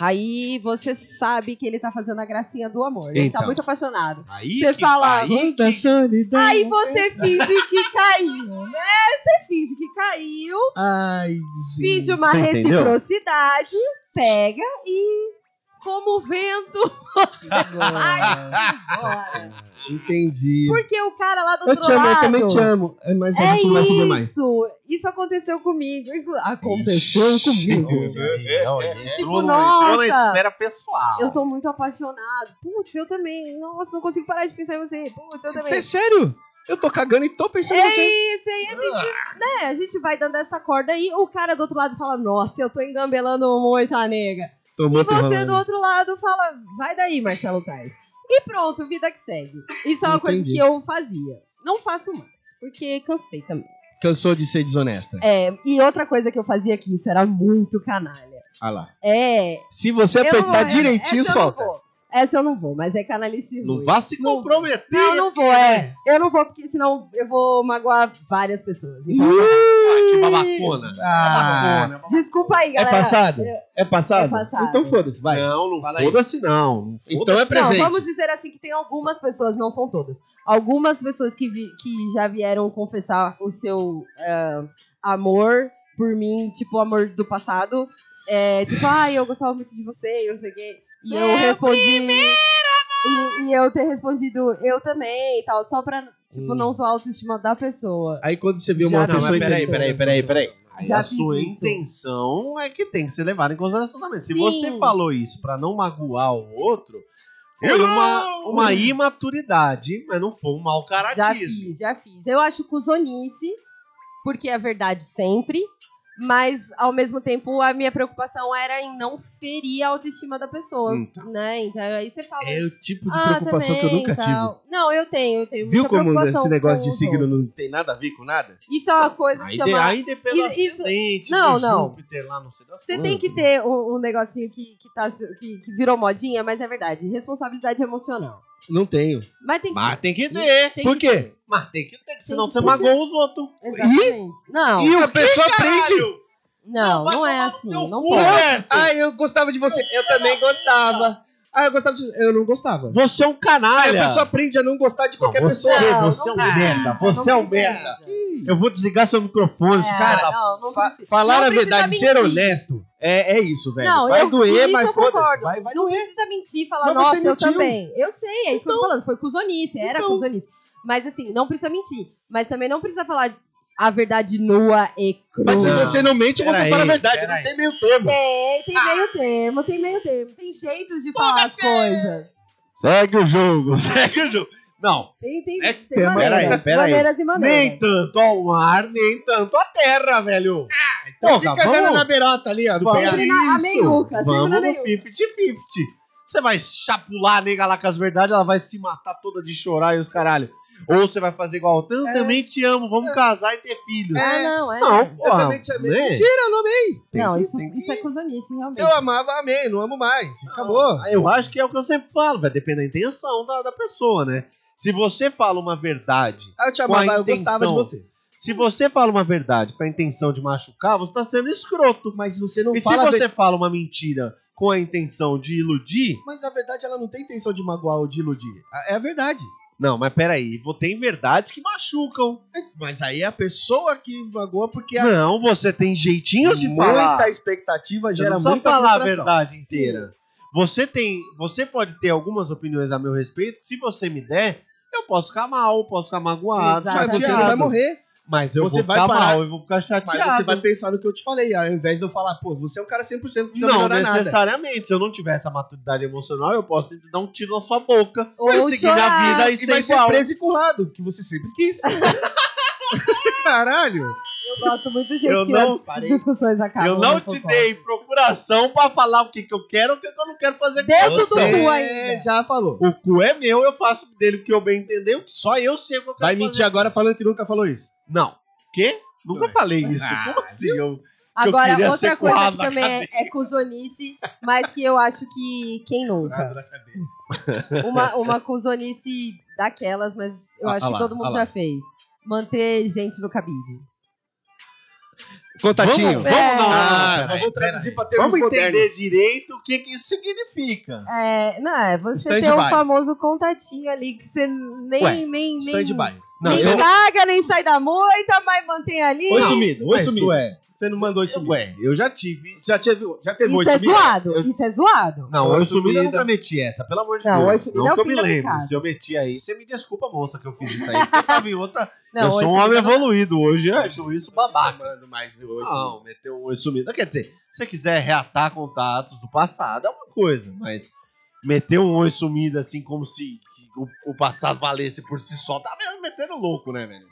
Aí você sabe que ele tá fazendo a gracinha do amor. Ele tá
Então.
muito apaixonado.
Aí
Você
que-
fala-
aí
Muita solidão.
Aí você finge que caiu, né? Você finge que caiu,
Ai,
finge uma
Você entendeu?
reciprocidade, pega e. Como o vento.
Nossa. Entendi.
Porque o cara lá do
Eu
outro
te amo,
lado.
eu também te amo. É, Mas a
É
gente não vai se ver mais.
isso! Isso aconteceu comigo. inclu- Aconteceu comigo.
É, Entrou
nossa.
entrou na é esfera pessoal.
Eu tô muito apaixonado. Putz, eu também. Nossa, não consigo parar de pensar em você. Putz, eu também.
É sério? Eu tô cagando e tô pensando em você.
É isso aí, a gente, né, a gente vai dando essa corda aí. O cara do outro lado fala, nossa, eu tô engambelando muito a nega.
Tô
E
muito
você
enrolando.
do outro lado fala, vai daí, Marcelo Tais. E pronto, vida que segue. Isso é uma coisa
Entendi.
que eu fazia. Não faço mais, porque cansei também.
Cansou de ser desonesta.
É, e outra coisa que eu fazia que isso era muito canalha.
Ah lá.
É.
Se você
eu não-
apertar direitinho,
essa eu não
solta.
vou. Essa eu não vou, mas é canalice
Não
ruim.
vá se
Não-
comprometer.
Não, eu não vou, é. Eu não vou, porque senão eu vou magoar várias pessoas. Então,
Ah, que babacona.
Ah,
Babacona.
desculpa aí,
é
galera.
passado?
Eu-
É passado?
É passado.
Então foda-se, vai.
Não, não
Fala aí.
foda-se não. não
Então
foda-se
é pra- presente.
Não, vamos dizer assim que tem algumas pessoas, não são todas. Algumas pessoas que, vi- que já vieram confessar o seu é, amor por mim, tipo, amor do passado. É, tipo, ai, eu gostava muito de você, eu não sei o quê. E eu
Meu
respondi. E, e eu ter respondido, eu também e tal, só pra, tipo,
Hum.
não zoar a autoestima da pessoa.
Aí Ah, quando você vê uma
Já
Não,
pessoa
mas peraí,
interessante.
peraí, peraí, peraí. Aí
Já
né? a
fiz
sua
isso.
intenção é que tem que ser levada em consideração também. Se
Sim.
você falou isso pra não magoar o outro, foi uma, uma imaturidade, mas não foi um mau
Já
caratismo.
fiz, já fiz. Eu acho cuzonice, porque é verdade sempre, mas ao mesmo tempo a minha preocupação era em não ferir a autoestima da pessoa,
Então.
né? Então aí você fala.
É o tipo de
ah,
preocupação
também,
que eu nunca tive.
tal. Não, eu tenho, eu tenho
Viu
muita
como
preocupação
esse negócio
com
de
os
signo
outros.
não tem nada a ver com nada?
Isso é uma coisa
Aí,
que
de,
chama...
aí depende do
Isso-
ascendente,
Não,
do
não.
Júpiter lá, não sei das
Você
quantas.
tem
Hum.
que ter um, um negocinho que, que, tá, que, que virou modinha, mas é verdade. Responsabilidade emocional.
Não tenho.
Mas tem que
Mas Ah, tem que ter.
tem
Por
que
quê?
Mas tem que ter, senão
que
você
ter.
magoa os outros.
Exatamente. Não,
e a pessoa aprende.
Caralho!
não,
vai
não é
tomar no
assim.
teu
Não
cu,
pode.
Roberto!
Ah, eu gostava de você. Eu também gostava. Ah, eu gostava de você. Eu não gostava.
Você é um
Ah,
canalha.
a pessoa aprende a não gostar de
Não,
qualquer
você,
pessoa.
Não,
você é um
não
merda.
precisa,
Você é
não
um merda.
precisa.
Eu vou desligar seu microfone,
É,
cara.
não, não
Fa-
precisa.
falar
Não
a
precisa
verdade,
mentir.
ser honesto, é, é isso, velho.
Não,
vai
eu-
doer,
isso eu
mas
concordo.
foda-se. Vai, vai
Não
doer.
precisa mentir e falar,
Mas
nossa,
você
eu
mentiu.
também. Eu sei, é isso que eu tô falando. Foi cuzonice, era
Então.
cuzonice. Mas assim, não precisa mentir. Mas também não precisa falar a verdade nua e crua.
Mas se
Não.
você não mente, você
Pera
fala a
aí,
verdade.
pera
Não
aí.
tem meio termo.
Tem, tem meio termo, tem meio termo. Tem jeitos de falar as coisas.
Segue o jogo, segue o jogo. Não,
Tem, tem,
É
tem
que tem- peraí,
maneiras,
peraí.
maneiras e
nem
maneiras.
tanto ao mar, nem tanto à terra, velho.
Porra,
Ah, então Fica
vamos-
vendo na
beirota ali, ó.
Vamos
Sempre na a meiuca, sempre
Vamos
na
no
meiuca.
50-50. Você vai chapular a nega lá com as verdades, ela vai se matar toda de chorar e os caralho. Ou você vai fazer igual, eu
É.
também te amo, vamos casar e ter filhos.
Ah, não, é.
Não,
Eu
porra,
também te amei.
né?
Mentira, eu não amei.
Tem
não,
que-
isso,
tem que-
isso é cuzonice, realmente.
Eu amava, amei. Não amo mais. Acabou.
Ah, Eu acho que é o que eu sempre falo, vai depender da intenção da, da pessoa, né? Se você fala uma verdade,
Ah, eu te
Com
amava,
a
eu gostava de
intenção.
você.
se você fala uma verdade com a intenção de machucar, você tá sendo escroto.
Mas você não
E se
fala. a ver-
você fala uma mentira com a intenção de iludir,
Mas a verdade, ela não tem intenção de magoar ou de iludir. A- É a verdade.
não, mas peraí, vo- tem verdades que machucam.
Mas aí é a pessoa que magoa porque a
Não, você tem jeitinhos de
muita
falar.
expectativa
Você
gera
não precisa
muita
falar a
frustração.
verdade inteira. Você tem, você pode ter algumas opiniões a meu respeito. que Se você me der, eu posso ficar mal, posso ficar magoado,
Mas você não
chateado.
vai morrer.
Mas eu
Você
vou
vai
ficar
parar-
mal, eu vou ficar
Mas
chateado.
você vai pensar no que eu te falei. Ao invés de eu falar, pô, você é um cara 100% que você não,
Não
melhora nada.
necessariamente. Se eu não tiver essa maturidade emocional, eu posso dar um tiro na sua boca.
Ou
eu seguir minha
chorar.
vida e,
E
ser
vai ser
é igual.
preso e currado, que você sempre quis. Caralho.
Eu gosto muito de
Eu
que
não
as
parei.
discussões acabam.
eu não
no
te
fofoca.
dei procuração pra falar o que, que eu quero ou o que, que eu não quero fazer com
Dentro do
você.
cu
É,
ainda.
já falou.
O cu é meu, eu faço dele o que eu bem entender, o que só eu sei o que eu quero
Vai
fazer.
mentir agora falando que nunca falou isso.
Não. Quê? Nunca
Ué.
falei isso.
Ah,
Como assim? Eu...
Agora,
queria ser
outra coisa
currado
que
na
também é, é cuzonice, mas que eu acho que quem nunca. Uma, uma cuzonice daquelas, mas eu
Ah,
acho
ah
que
lá,
todo mundo
ah lá.
já fez. Manter gente no cabide.
Contatinho.
Vamos,
É.
vamos, não, não, não,
Ah,
pera aí,
vamos
pera aí.
traduzir pra termos
Vamos
modernos.
entender direito o que, que isso significa.
É, não, é você
Stand
ter um
by.
famoso contatinho ali que você nem,
Ué,
nem, nem,
Stand-by.
Não,
nem
eu-
paga, nem sai da moita, mas mantém ali.
Oi, sumido. Oi,
Mas,
sumido.
Ué,
é. Você não mandou isso.
ué, eu já tive.
Já teve, já teve
Isso é
sumido?
zoado, isso é zoado.
Não,
Oi,
eu sumida eu
sumida.
nunca meti essa, pelo amor de
Não, oi,
Deus.
sumida é
não
o
que eu me
fim da
lembro.
picada.
Se eu meti aí, você me desculpa, moça, que eu fiz isso aí. tá porque Eu tava em outra.
Não, tá
eu sou
oi,
um
sumido
homem
não-
evoluído hoje, eu acho isso babaca.
Não mando mais oi, sumido.
Não, meter um oi sumido. Quer dizer, se você quiser reatar contatos do passado, é uma coisa, mas meter um oi sumido assim, como se que o, o passado valesse por si só, tá mesmo metendo louco, né, velho?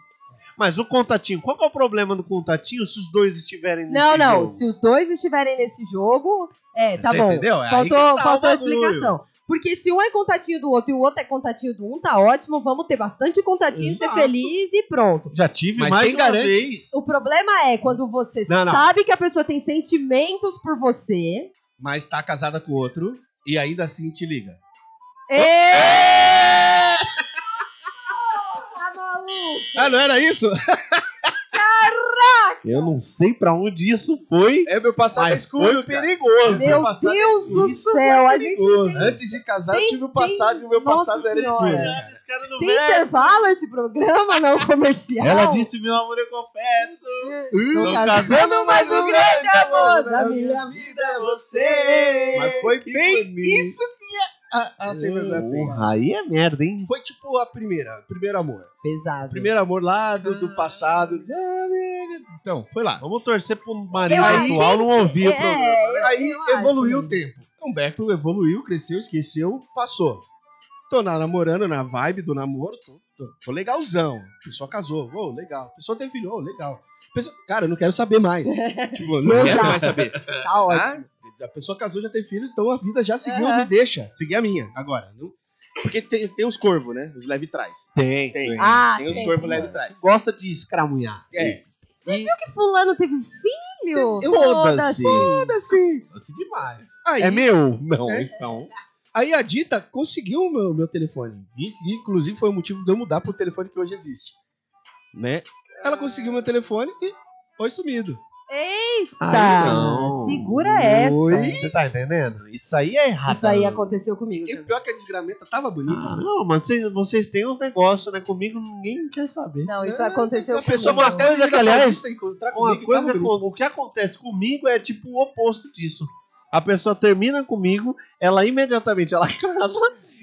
Mas o contatinho, qual que é o problema do contatinho se os dois estiverem nesse
Não, não,
jogo?
se os dois estiverem nesse jogo, é, tá
Você
bom.
entendeu? É aí que
Faltou,
tá o
faltou a
bagulho.
explicação. Porque se um é contatinho do outro e o outro é contatinho do um, tá ótimo, vamos ter bastante contatinho, ser
Exato.
feliz e pronto.
Já tive
Mas
mais
quem
uma
garante?
vez.
O problema é quando você
Não, não.
sabe que a pessoa tem sentimentos por você.
Mas tá casada com outro e ainda assim te liga.
Ê! Tá maluco?
Ah, não era isso?
Eu não sei pra onde isso foi.
É meu passado
Mas foi
escuro, cara.
perigoso.
Meu
Meu
passado é
Deus
escuro,
do
isso né?
céu, a gente
perigoso.
Antes de casar, eu
Tem-
tive o passado
tem-
e o meu passado
Nossa
era escuro.
Senhora.
cara.
Esse cara não
tem
merece.
intervalo esse programa não tá- comercial. Hum,
Ela disse, meu amor, eu confesso.
Tô
Tô casando, mas
é,
o grande amor da minha
né,
vida é você.
Mas foi
Que
bem
bonito.
isso que a, a, a sem vergonha fez.
Porra, aí é merda, hein?
Foi tipo a primeira, o primeiro amor.
Pesado.
Primeiro amor lá do, do passado. Então, foi lá.
Vamos torcer pro marido
Eu
atual não ouvir o programa.
é, eu-
Aí
eu acho.
evoluiu o tempo. Humberto evoluiu, cresceu, esqueceu, passou. Tô na- namorando na vibe do namoro, tô, tô- tô legalzão. A pessoa casou, ô, legal. A pessoa teve filho, ô, legal. A pessoa- cara, eu não quero saber mais. tipo, não quero mais saber.
né?
Tá ótimo.
Ah, a pessoa casou, já teve filho, então a vida já seguiu,
Aham.
me deixa. Seguir a minha agora. Não- Porque tem, tem os corvos, né? Os leve trás.
Tem,
Tem.
Ah,
Tem os
tem.
corvos leve trás.
Gosta de escramunhar.
É.
Isso.
que fulano teve filho? é
Eu Foda-se.
Foda-se.
Gosta demais.
Aí,
É meu? Não,
É.
então.
Aí a Dita conseguiu o meu, meu telefone. I- Inclusive foi o motivo de eu mudar pro telefone que hoje existe. Né? Ela conseguiu meu telefone e foi sumido.
Tá, segura essa.
Oi? Você tá entendendo? Isso aí é errado.
Isso aí aconteceu comigo.
E
também.
pior é que a desgramenta tava bonita.
Ah, não, mas vocês, vocês têm uns negócios, né? Comigo ninguém quer saber.
Não, isso aconteceu
a
então
pessoa "Ah,
comigo.
uma coisa que,
Ela
aliás,
paulista encontrar
Uma
comigo,
coisa
tava
que,
bonita.
o que acontece comigo é tipo o oposto disso. A pessoa termina comigo, ela imediatamente ela casa,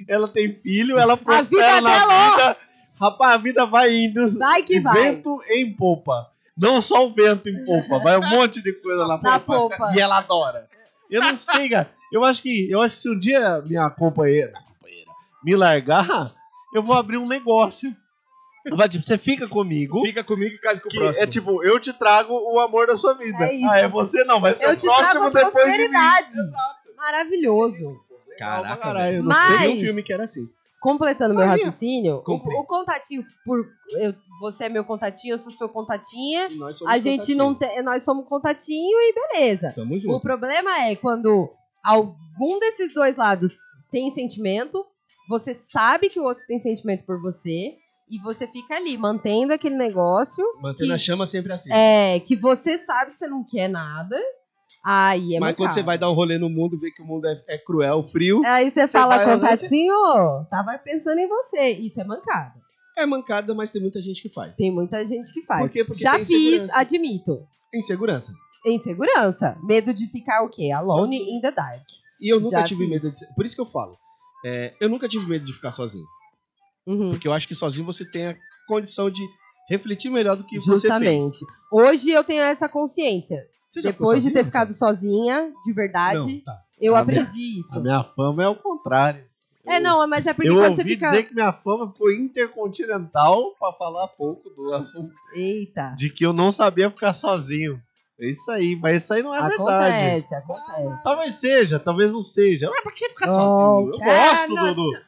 ela tem filho, ela prospera
vida
na
dela, ó.
vida. Rapaz, a vida vai indo.
Vai que
E
vai.
Vento em popa. Não só o vento em popa, vai um monte de coisa na
Na
popa.
polpa.
E ela adora. Eu não sei, cara. Eu acho que, eu acho que se um dia minha companheira, companheira me largar, eu vou abrir um negócio. Vai, tipo, você fica comigo.
Fica comigo e casa com o
Que
próximo.
é tipo, eu te trago o amor da sua vida.
É isso.
Ah, é você não, vai ser
Eu
o
te trago
próximo
a
depois de mim.
prosperidade. Maravilhoso.
Caraca,
caralho, eu não
Mas-
sei nem um filme que era assim.
Completando meu
Olha,
raciocínio, o,
completa.
o contatinho por eu- você é meu contatinho, eu sou seu contatinha.
E nós somos
A gente não tem, nós somos contatinho e beleza.
Tamo junto.
O problema é quando algum desses dois lados tem sentimento Você sabe que o outro tem sentimento por você e você fica ali mantendo aquele negócio.
Mantendo
Que-
a chama sempre assim.
É, que você sabe que você não quer nada. Aí é
Mas quando
mancada.
você vai dar um rolê no mundo, vê que o mundo é, é cruel, frio,
Aí você,
você
fala,
vai-
contatinho, tava pensando em você. Isso é mancada.
é mancada, mas tem muita gente que faz.
Tem muita gente que faz.
Por quê? Porque
Já
tem
fiz,
insegurança.
admito.
Insegurança.
Insegurança. Medo de ficar o quê? Alone in the dark.
E eu nunca
Já
tive
fiz.
medo de. ser- Por isso que eu falo. É, eu nunca tive medo de ficar sozinho.
Uhum.
Porque eu acho que sozinho você tem a condição de refletir melhor do que você fez.
Justamente. Hoje eu tenho essa consciência.
Você já ficou
Depois de ter
sozinho?
ficado sozinha, de verdade,
Não, tá.
eu
A
aprendi
A
isso.
minha fama é o contrário.
É, não, mas é porque
eu
quando
ouvi
você fica.
dizer que minha fama ficou intercontinental pra falar pouco do assunto
Eita.
de que eu não sabia ficar sozinho. É isso aí, mas isso aí não é verdade.
Acontece, acontece.
Talvez seja, talvez não seja. Mas pra que ficar
Oh,
sozinho? Eu
cara,
gosto do, do-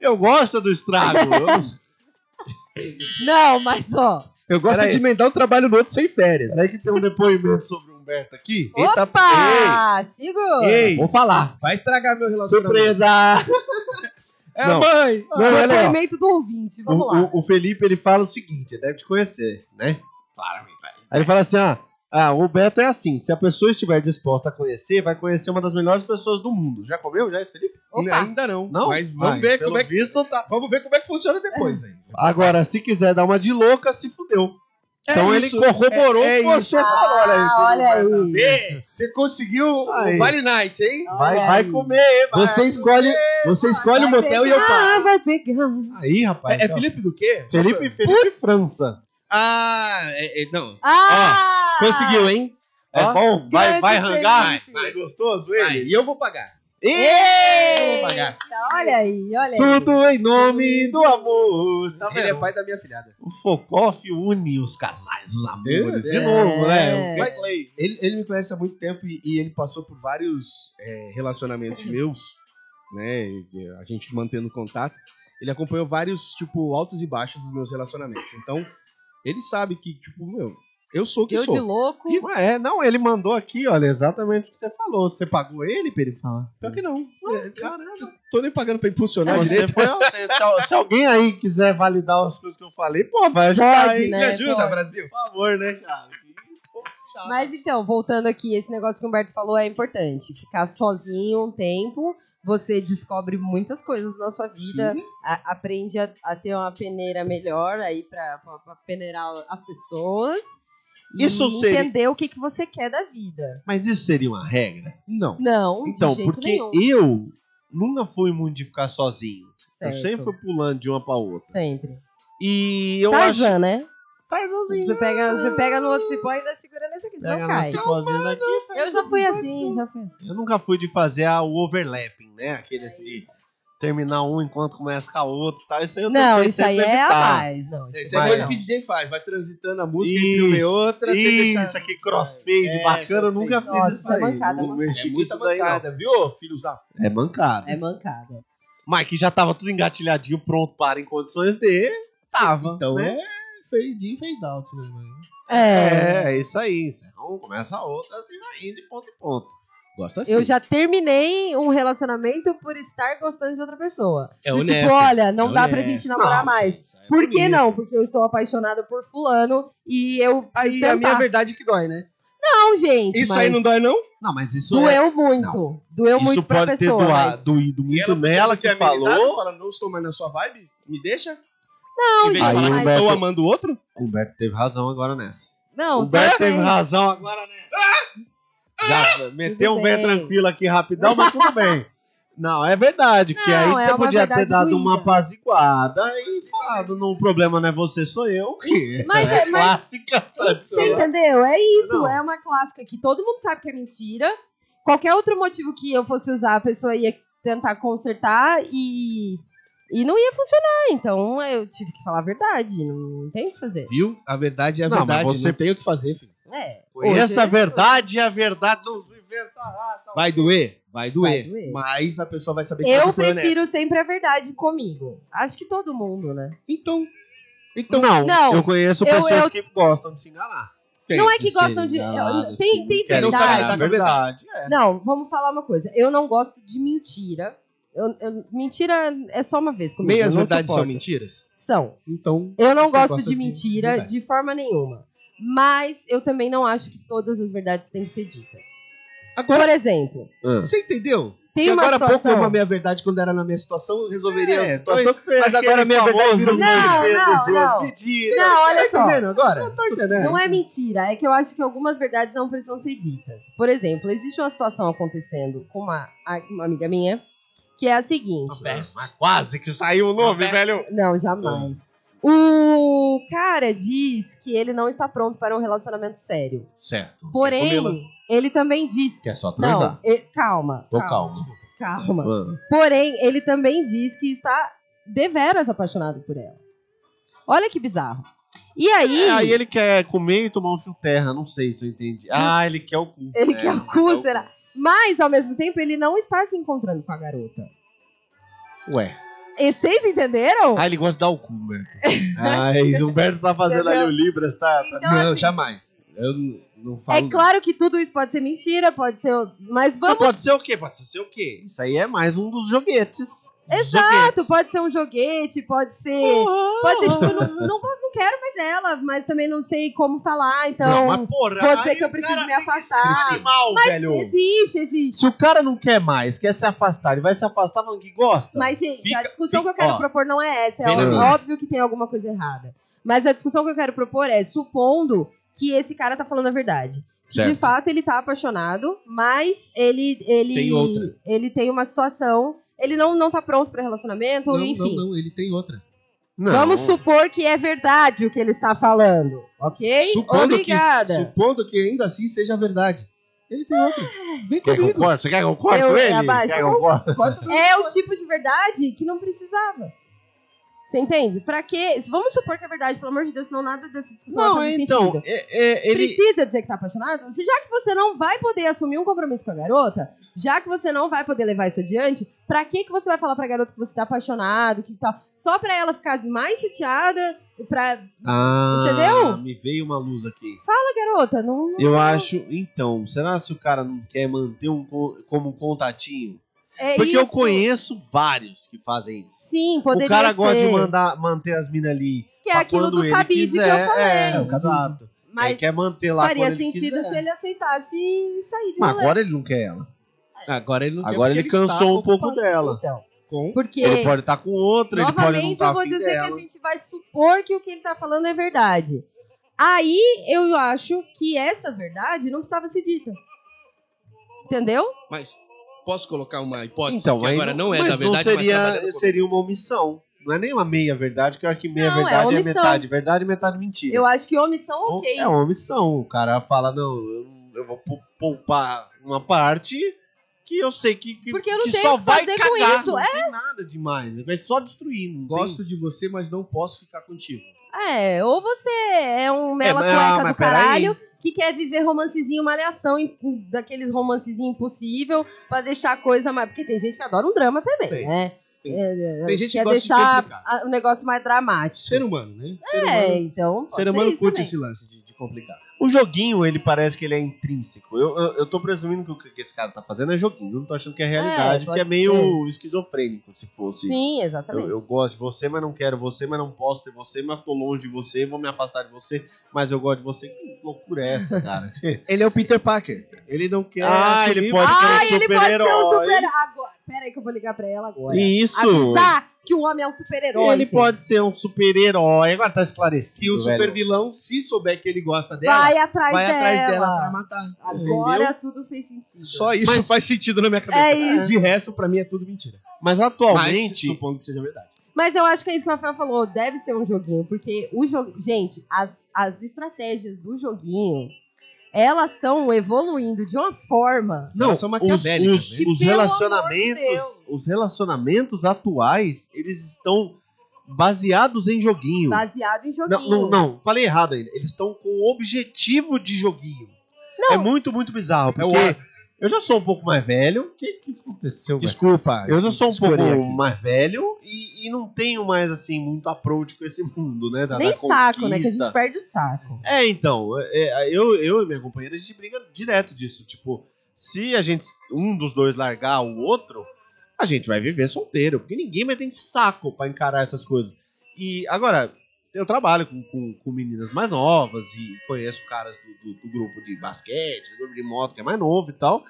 Eu gosto do estrago. Eu-
Não, mas ó.
Eu gosto
Peraí.
de emendar o trabalho no outro sem férias.
Aí que tem um depoimento sobre o Humberto aqui.
Opa! Segura!
Ei, vou falar.
Vai estragar meu relacionamento.
Surpresa!
É a
Não.
mãe!
Não, olha lá.
Depoimento do ouvinte,
O,
vamos lá.
o- o Felipe ele fala o seguinte, ele deve te conhecer, né? Claramente. Aí ele fala assim, ó, ah, o Beto é assim, se a pessoa estiver disposta a conhecer, vai conhecer uma das melhores pessoas do mundo. Já comeu já esse Felipe?
Opa!
Ainda não.
Não?
Mas vamos
Ai,
ver
pelo
como é que.
visto tá.
Vamos ver como é que funciona depois, hein?
Agora, se quiser dar uma de louca, se fudeu. então ele
É isso.
corroborou o
É- é
que você
isso.
falou. Olha aí.
Ah, olha aí.
Ei, Você conseguiu
Aí.
o Vale Night, hein?
Vai,
Olha
vai
aí.
comer, hein, vai.
Você escolhe, você escolhe o
Vai
motel e eu
pegar,
pago.
vai pegar.
Aí, rapaz.
É, é
ó.
Felipe do quê?
então. Felipe, Felipe França.
Ah, é- é- não.
Ah!
Conseguiu, hein?
É
Ó.
bom? Vai,
grande
vai rangar?
Felipe.
É gostoso
Vai,
ele?
e eu vou pagar.
Ei!
Vou pagar.
tá
Olha aí, olha aí.
Tudo em nome do amor. Tá
Ele
vendo?
é pai da minha filhada.
O Focoff une os casais, os amores.
É.
De novo, né?
É.
Um gameplay.
Ele, ele me conhece há muito tempo e, e ele passou por vários é, relacionamentos meus, né? e- e A gente mantendo contato. Ele acompanhou vários, tipo, altos e baixos dos meus relacionamentos. Então, ele sabe que, tipo, meu, eu sou o que
Eu
sou.
de louco.
Ih, mas É, não, ele mandou aqui, olha, exatamente o que você falou. Você pagou ele pra ele falar?
Pior que não. É,
Caramba.
tô nem pagando pra impulsionar
Você
direito.
foi autêntico. se, al- se alguém aí quiser validar as coisas que eu falei, pô, vai ajudar.
Pode,
hein?
né?
Me ajuda,
Pode.
Brasil. Por favor, né, cara? Que esforço chato.
Mas então, voltando aqui, esse negócio que o Humberto falou é importante. Ficar sozinho um tempo, você descobre muitas coisas na sua vida, a- aprende a, a ter uma peneira melhor aí pra, pra- pra peneirar as pessoas. E
Isso seria-
entender o que, que você quer da vida.
Mas isso seria uma regra?
Não.
Não,
Então,
de jeito
porque
nenhum.
eu nunca fui muito de ficar sozinho. Eu
Certo.
sempre fui pulando de uma pra outra.
Sempre.
E eu
Tarzan,
acho.
né?
Tarzanzinho.
Você pega, você pega no outro cipó e ainda segurando esse aqui, senão
Pega na
cai.
cipózinha daqui.
Eu já fui assim, já fui.
Eu nunca fui de fazer a, o overlapping, né? Aquele assim
É
de terminar um enquanto começa com a outra e tal. Isso aí eu
Não,
tentei
isso aí
sempre
é a
evitar.
mais. Não,
Isso
aí
é
Vai,
coisa
não.
que o DJ faz. Vai transitando a música entre
Isso.
uma e outra. sem
Isso,
deixar-
aqui crossfade
É,
bacana, eu nunca fiz
crossfade.
Nossa,
isso
é
aí.
mancada,
não
mancada.
mexi
É
com
muita
isso daí,
bancada, viu, filhos da
não. É bancada.
É mancada.
Mas que já tava tudo engatilhadinho, pronto para em condições de. Tava.
Então
né?
é fade in, fade out, né, mano?
É, é isso aí. Então começa a outra, assim, vai indo de ponto em ponto. Gosto assim.
Eu já terminei um relacionamento por estar gostando de outra pessoa.
É
Do tipo, olha, não dá pra gente
Nossa,
namorar mais.
isso aí é
Por que
bonito.
não? Porque eu estou apaixonada por fulano e eu
Aí
preciso
a
tentar.
minha verdade que dói, né?
Não, gente.
Isso aí
mas
não dói, não?
Não, mas isso é.
Doeu muito. Doeu
isso
muito pra
pode
pessoa.
ter doa-
mas-
doído muito nela que falou.
Fala, não estou mais na sua vibe? Me deixa?
Não,
Em vez de
Aí
falar, "Ah,
o
gente.
Humberto-
estou amando o outro?
né? O Humberto teve razão agora nessa. Ah!
Não,
O Humberto
tudo
teve
bem.
razão agora nessa. Já meteu um pé
bem.
tranquilo aqui rapidão, mas tudo bem. Não, é verdade, que aí
Não, é
você
uma
podia ter
verdade
dado
doída.
uma apaziguada e falado, não, o problema não é você, sou eu. o quê?
Mas é-
é
mas-
clássica.
Você entendeu? É isso,
Não.
é uma clássica que todo mundo sabe que é mentira. Qualquer outro motivo que eu fosse usar, a pessoa ia tentar consertar e, e não ia funcionar. Então eu tive que falar a verdade, não tem o que fazer.
Viu? A verdade é a
Não, mas
verdade.
você-
Não tem o que fazer, filho.
É, hoje
Conheça a
é-
verdade e a verdade nos libertará. Tá?
Vai doer? Vai doer.
Vai doer.
Mas a pessoa vai saber que
Eu
você foi honesta.
prefiro sempre a verdade comigo. Acho que todo mundo, né?
Então,
Então, não,
Não,
eu conheço
eu-
pessoas
eu-
que gostam de se enganar.
tem.
não é que
de
gostam
ser
de.
assim,
enganadas,
Tem,
que
tem
querem
não tá sabe
verdade.
saber a
lidar com a
verdade.
Não, vamos falar uma coisa. Eu não gosto de mentira. Eu- eu- mentira é só uma vez comigo.
Meias
eu não
verdades são
suporto.
mentiras?
São.
Então.
Eu não
Você
gosto
gosta
de
de
mentira
verdade.
de forma nenhuma. Mas eu também não acho que todas as verdades têm que ser ditas. Por
Agora,
exemplo,
Ah.
você entendeu?
tem
que
uma
agora há pouco
situação...
uma meia verdade, quando era na minha situação, eu
É,
resolveria a
então
situação.
mas agora minha verdade virou
Não, não, não.
mentira.
Não, olha
você tá
só.
entendendo agora?
Tô entendendo.
Não é mentira, é que eu acho que algumas verdades não precisam ser ditas. Por exemplo, existe uma situação acontecendo com uma, a- uma amiga minha, que é a seguinte.
Mas quase que saiu o nome, velho.
Não, jamais. O cara diz que ele não está pronto para um relacionamento sério.
Certo. Camila,
Porém, ele também diz.
Quer só transar.
Não,
é.
e- calma.
Tô calmo.
Calma.
Mano,
Porém, ele também diz que está deveras apaixonado por ela. Olha que bizarro. E aí,
É, aí ele quer comer e tomar um fio terra, não sei se eu entendi. Ah, ele quer o cu.
Ele
É,
quer o cu, será? mas ao mesmo tempo ele não está se encontrando com a garota.
Ué.
E vocês entenderam?
Ah, ele gosta de dar o cu, Humberto. Ai, Humberto tá fazendo ali o Libras, tá? tá-
Então, assim,
jamais. Eu n- não falo.
é claro que tudo isso pode ser mentira, pode ser,
Mas
mas vamos,
pode ser o quê? Pode ser o quê? Isso aí é mais um dos joguetes.
Exato, pode ser um joguete, pode ser,
Uhum.
pode ser tipo, não, não, vou- não quero mais ela, mas também não sei como falar, então
mas porra,
pode ser
aí
que eu
o
preciso
cara
me
tem que se
afastar.
sentir mal, velho.
existe, existe.
Se o cara não quer mais, quer se afastar, ele vai se afastar falando que gosta.
Mas, gente, a
Tá. Fica-
discussão
fica-
que eu quero
ó,
propor não é essa. É
vem na
ó-
minha.
óbvio que tem alguma coisa errada. Mas a discussão que eu quero propor é supondo que esse cara tá falando a verdade. Que, De
Certo.
fato, ele tá apaixonado, mas ele. ele
Tem outra.
Ele tem uma situação. Ele não, não tá pronto pra relacionamento,
Não, não,
enfim.
não, ele tem outra.
Não.
Vamos supor que é verdade o que ele está falando, ok?
Que,
Obrigada.
supondo que ainda assim seja verdade. Ele tem outra.
Quer
Vem
que eu
comigo.
corte? Você quer que eu corte
Eu-
ele?
abaixo,
Quer que eu
eu-
corte?
É o tipo de verdade que não precisava. Você entende? Pra quê? Vamos supor que é verdade, pelo amor de Deus, senão nada dessa discussão
Não,
vai fazer
então,
sentido.
é- é, ele...
Precisa dizer que tá apaixonado? Se- Já que você não vai poder assumir um compromisso com a garota, já que você não vai poder levar isso adiante, pra que que você vai falar pra garota que você tá apaixonado, que tal? Só pra ela ficar mais chateada, pra...
Ah,
Entendeu?
me veio uma luz aqui.
Fala, garota, não...
Eu acho, então, será se o cara não quer manter um co- como um contatinho?
É
Porque eu
isso.
conheço vários que fazem isso.
Sim, poderia
o cara
ser.
gosta de mandar, manter as minas ali.
Que é
pra
aquilo
quando
do
ele
cabide que eu
quiser.
falei.
É, exato. Mas
Mas
quer manter lá
faria
quando ele
sentido
quiser.
se ele aceitasse e sair de
Mas
rolê.
agora ele não quer ela.
Agora ele não quer
Agora
porque
ele cansou
está
um pouco
ocupado
dela.
Então,
Com...
porque...
Ele pode estar com outra, ele pode não
Novamente,
estar
eu
tá
vou
afim
dizer
dela.
que a gente vai supor que o que ele tá falando é verdade. Aí eu acho que essa verdade não precisava ser dita. Entendeu?
Mas posso colocar uma hipótese
Então,
que
aí
agora
não-
não é
mas
da verdade,
não
mas
seria,
trabalha com-
seria uma omissão. Não é nem uma meia verdade, que eu acho que meia
Não, é
verdade é,
omissão.
metade verdade e metade mentira.
Eu acho que omissão, ok.
É uma omissão. O cara fala, não, eu, não- eu vou pou- poupar uma parte que eu sei que, que,
Porque eu não
que
tenho
só
o que
vai
fazer
cagar.
com isso, É.
Não tem nada demais. Vai só destruir. Não
Gosto de você, mas não posso ficar contigo.
É, ou você é um mela
mas- ah,
cueca
mas
do caralho que quer viver romancezinho, malhação, im- daqueles romancezinho impossível pra deixar a coisa mais... Porque tem gente que adora um drama também,
Sim.
né?
Tem gente que
Quer
gosta de
deixar
complicar.
a- o negócio mais dramático.
Ser humano, né? Ser
é,
humano,
então pode
ser
ser
humano
isso
curte
também.
esse tipo lance de, de complicar.
tem. O joguinho, ele parece que ele é intrínseco. Eu, eu, eu tô presumindo que o que esse cara tá fazendo é joguinho. Eu não tô achando que é realidade,
pode
porque é meio esquizofrênico, se fosse.
Sim,
Eu,
exatamente.
eu gosto de você, mas não quero você, mas não posso ter você, mas tô longe de você, vou me afastar de você, mas eu gosto de você. Que loucura é essa, cara?
Ele é o Peter Parker. Ele não quer
ah, ele
assumir-
pode
Ai,
ser um
ele pode ser um
super-herói.
super agora. Pera aí que eu vou ligar pra ela agora.
Isso.
Avisar que o homem é um super-herói.
ele
gente.
pode ser um super-herói. Agora tá esclarecido.
Se o
velho.
super vilão, se souber que ele gosta dela,
Vai atrás
vai
dela.
atrás dela pra matar.
Agora
Entendeu?
tudo fez sentido.
Só isso
Mas-
faz sentido na minha cabeça.
É isso.
De resto, pra mim é tudo mentira.
Mas
Mas,
atualmente.
supondo que seja verdade.
Mas eu acho que é isso que o Rafael falou. Deve ser um joguinho, porque o jogo. Gente, as, as estratégias do joguinho, elas estão evoluindo de uma forma.
Não,
Elas são
os,
maquiavélicas,
os-
né?
os
Pelo
relacionamentos,
amor de Deus.
os relacionamentos atuais, eles estão baseados em joguinho.
Baseado em joguinho.
Não, não, não, falei errado ainda. Eles estão com o objetivo de joguinho. É muito, muito bizarro.
É o
Porque eu já sou um pouco mais velho. O que, que aconteceu, velho?
Desculpa.
Eu já sou um pouco
escorei aqui.
mais velho e, e não tenho mais, assim, muito approach com esse mundo, né? Da,
Nem
da
saco, né? Que a
conquista.
gente perde o saco.
É, então, é, é, eu, eu e minha companheira, a gente briga direto disso. Tipo, se a gente, um dos dois largar o outro, a gente vai viver solteiro, porque ninguém mais tem saco pra encarar essas coisas. E agora, eu trabalho com, com, com meninas mais novas e conheço caras do, do- do grupo de basquete, do grupo de moto que é mais novo e tal.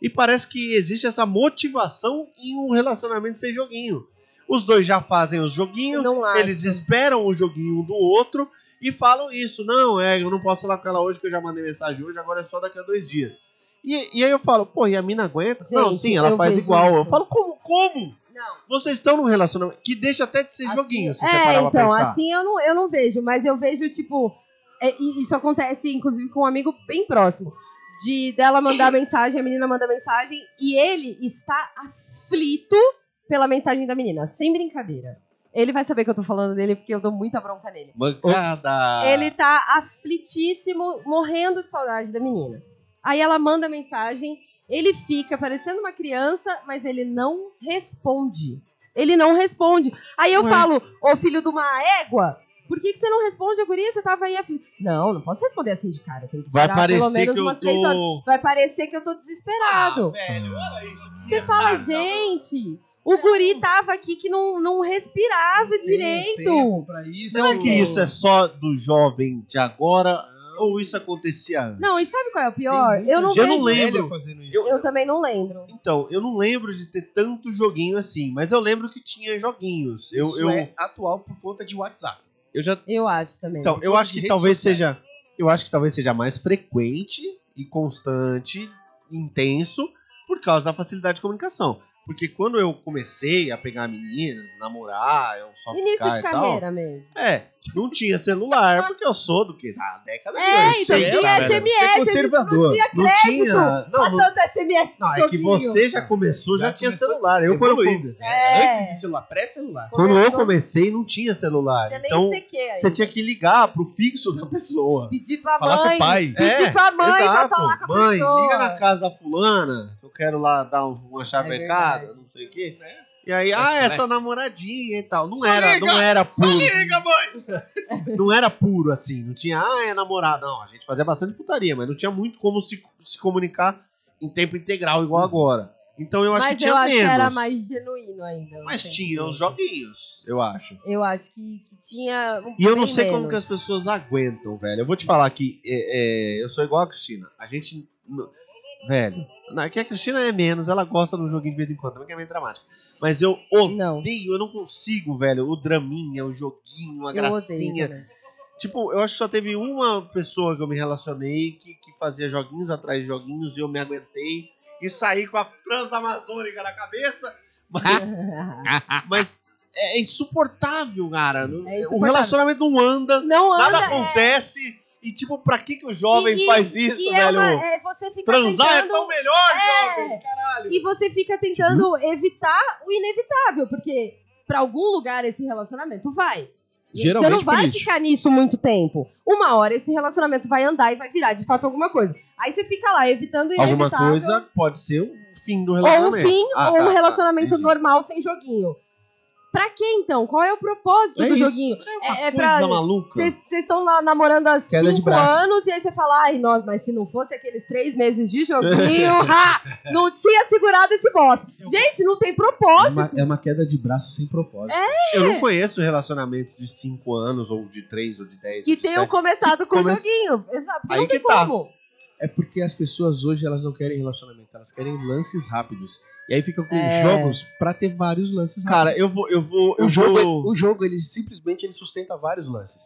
E parece que existe essa motivação em um relacionamento sem joguinho. Os dois já fazem os joguinhos,
Não acho.
eles esperam o joguinho um do outro e falam isso. Não, é, eu não posso falar com ela hoje, que eu já mandei mensagem hoje, agora é só daqui a dois dias. E, e aí eu falo, pô, e a mina aguenta? não,
Gente,
sim, ela
eu
faz
vejo
igual.
isso.
Eu falo, como? Como?
Não.
Vocês estão num relacionamento que deixa até de ser
Assim,
joguinho, se você
É,
parar pra
então,
pensar.
assim eu não, eu não vejo, mas eu vejo, tipo, é, e isso acontece, inclusive, com um amigo bem próximo. De dela mandar mensagem, a menina manda mensagem, e ele está aflito pela mensagem da menina, sem brincadeira. Ele vai saber que eu tô falando dele, porque eu dou muita bronca nele.
Bancada.
Ele tá aflitíssimo, morrendo de saudade da menina. Aí ela manda mensagem, ele fica parecendo uma criança, mas ele não responde. Ele não responde. Aí eu
Ué.
falo, ô filho de uma égua, por que, que você não responde a guria? Você tava aí aflito. Não, não posso responder assim de cara. Tem que
Vai
esperar pelo
parecer
menos
que eu
umas três horas.
tô...
Vai parecer que eu tô desesperado.
velho, olha isso.
Você fala, gente, o guri tava aqui que não, não respirava direito.
Pra isso.
Será que isso é só do jovem de agora ou isso acontecia antes?
Não, e sabe qual é o pior?
Tem muita
Eu não
gente
Eu não
vejo-
lembro.
velha Fazendo isso.
Eu também não lembro.
Então, eu não lembro de ter tanto joguinho assim, mas eu lembro que tinha joguinhos. Eu,
Isso
eu,
é atual por conta de WhatsApp.
eu já.
Eu acho também.
Então, eu
conta
acho
de
que
rede
talvez
social.
seja. Eu acho que talvez seja mais frequente e constante, intenso, por causa da facilidade de comunicação. Porque quando eu comecei a pegar meninas, namorar, eu só
Início
ficar
de
e tal,
carreira mesmo.
É, não tinha celular, porque eu sou do que? Da década de
É,
80,
então tinha
velho.
SMS.
Você é conservador.
Não tinha. Não, não,
Tanto SMS
não, é que você já começou, já,
Já
tinha
começou
celular. Eu, quando, eu
Evoluído.
É.
Antes de celular, pré-celular.
Quando eu
Começou-
comecei, não tinha celular.
Tinha nem é.
Então,
CQ aí.
você tinha que ligar pro fixo da pessoa.
Pedir pra
Falar com
mãe.
o pai.
Pedir pra mãe pra
é, exato.
falar com a
Mãe,
pessoa.
liga na casa da fulana, que eu quero lá dar um- uma chavecada,
É verdade.
não sei o quê.
É.
E aí, ah, é
né?
sua namoradinha e tal. Não
Só
era,
liga,
não era puro.
Liga, mãe!
Não era puro assim. Não tinha, ah, é namorada. Não, a gente fazia bastante putaria, mas não tinha muito como se, se comunicar em tempo integral igual agora. Então eu acho
Mas
que tinha
eu acho
menos.
que era mais assim. genuíno ainda. eu
Mas
sei.
tinha os joguinhos, eu acho.
Eu acho que, que tinha. um
E eu não
bem
sei como
menos.
que as pessoas aguentam, velho. Eu vou te falar que é, é, eu sou igual a Cristina. A gente. n- Velho. Não, é que a Cristina é menos, ela gosta de um joguinho de vez em quando, também que é meio dramático. Mas eu
Não.
odeio, eu não consigo, velho. O draminha, o joguinho, a
Eu
gracinha.
odeio. também.
Tipo, eu acho que só teve uma pessoa que eu me relacionei que, que fazia joguinhos atrás de joguinhos e eu me aguentei e saí com a França Amazônica na cabeça. Mas mas é insuportável, cara.
É insuportável.
O relacionamento não anda,
Não anda.
nada acontece. E, tipo, pra que, que o jovem
é. E-
faz isso,
e é
velho?
uma- é, você fica
Transar é
tá
tentando-
tão melhor,
É.
jovem, caralho.
E você fica tentando
Uhum.
evitar o inevitável, porque pra algum lugar esse relacionamento vai. E você não
Geralmente
vai
por isso.
ficar nisso muito tempo. Uma hora esse relacionamento vai andar e vai virar de fato alguma coisa. Aí você fica lá evitando o
Alguma
inevitável.
coisa pode ser o fim do
ou um
relacionamento.
fim,
Ah,
ou
tá,
um
tá,
relacionamento
entendi.
normal sem joguinho. Pra que então? Qual é o propósito
É
do
isso.
joguinho?
Uma
É, é
coisa
pra-
maluca.
Vocês estão lá namorando há
Queda de
cinco
braço.
anos e aí você fala, ai, nossa, mas se não fosse aqueles três meses de joguinho, ha, não tinha segurado esse bofe. Gente, não tem propósito.
É queda de braço sem propósito.
É.
Eu não conheço relacionamentos de 5 anos, ou de 3, ou de 10.
Que tenham começado com o
Come-
joguinho. Exato. Porque
Aí
não tem
que tá.
como.
É porque as pessoas hoje elas não querem relacionamento, elas querem lances rápidos. E aí ficam com
É.
jogos pra ter vários lances rápidos.
Cara, eu vou. Eu vou eu
o jogo,
vou...
o jogo ele simplesmente ele sustenta vários lances.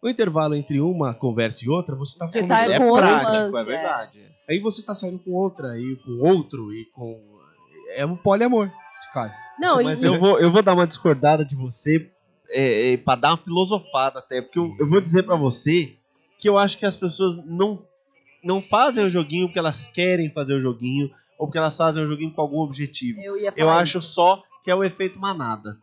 O intervalo entre uma conversa e outra, você tá
Você
falando.
tá-
É
com outro
prático, é
lance, é.
verdade.
Aí você tá saindo com outra e com outro e com. É um poliamor de casa.
Não,
Mas
e,
eu vou, eu vou dar uma discordada de você é, é, pra dar uma filosofada até, porque eu, eu vou dizer pra você que eu acho que as pessoas não, não fazem o joguinho porque elas querem fazer o joguinho ou porque elas fazem o joguinho com algum objetivo.
eu ia falar
Eu acho
isso.
só que é o efeito manada.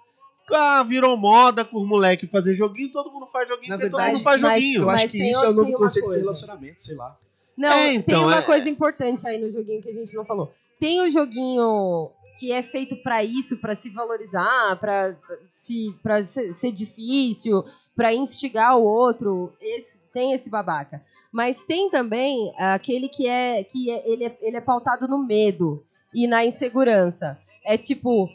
Ah, virou moda com os moleque fazer joguinho, todo mundo faz joguinho,
Na
porque todo
verdade,
mundo faz
mas-
joguinho.
Eu
Mas
acho que
tem
isso é o
outra-
novo
tem uma
conceito de
coisa.
relacionamento, sei lá.
Não,
É,
tem
então,
uma
é-
coisa importante aí no joguinho que a gente não falou. Tem o joguinho que é feito pra isso, pra se valorizar, pra se para ser difícil, pra instigar o outro. Esse- tem esse babaca. Mas tem também aquele que é que é- ele, é, ele é pautado no medo e na insegurança. É tipo,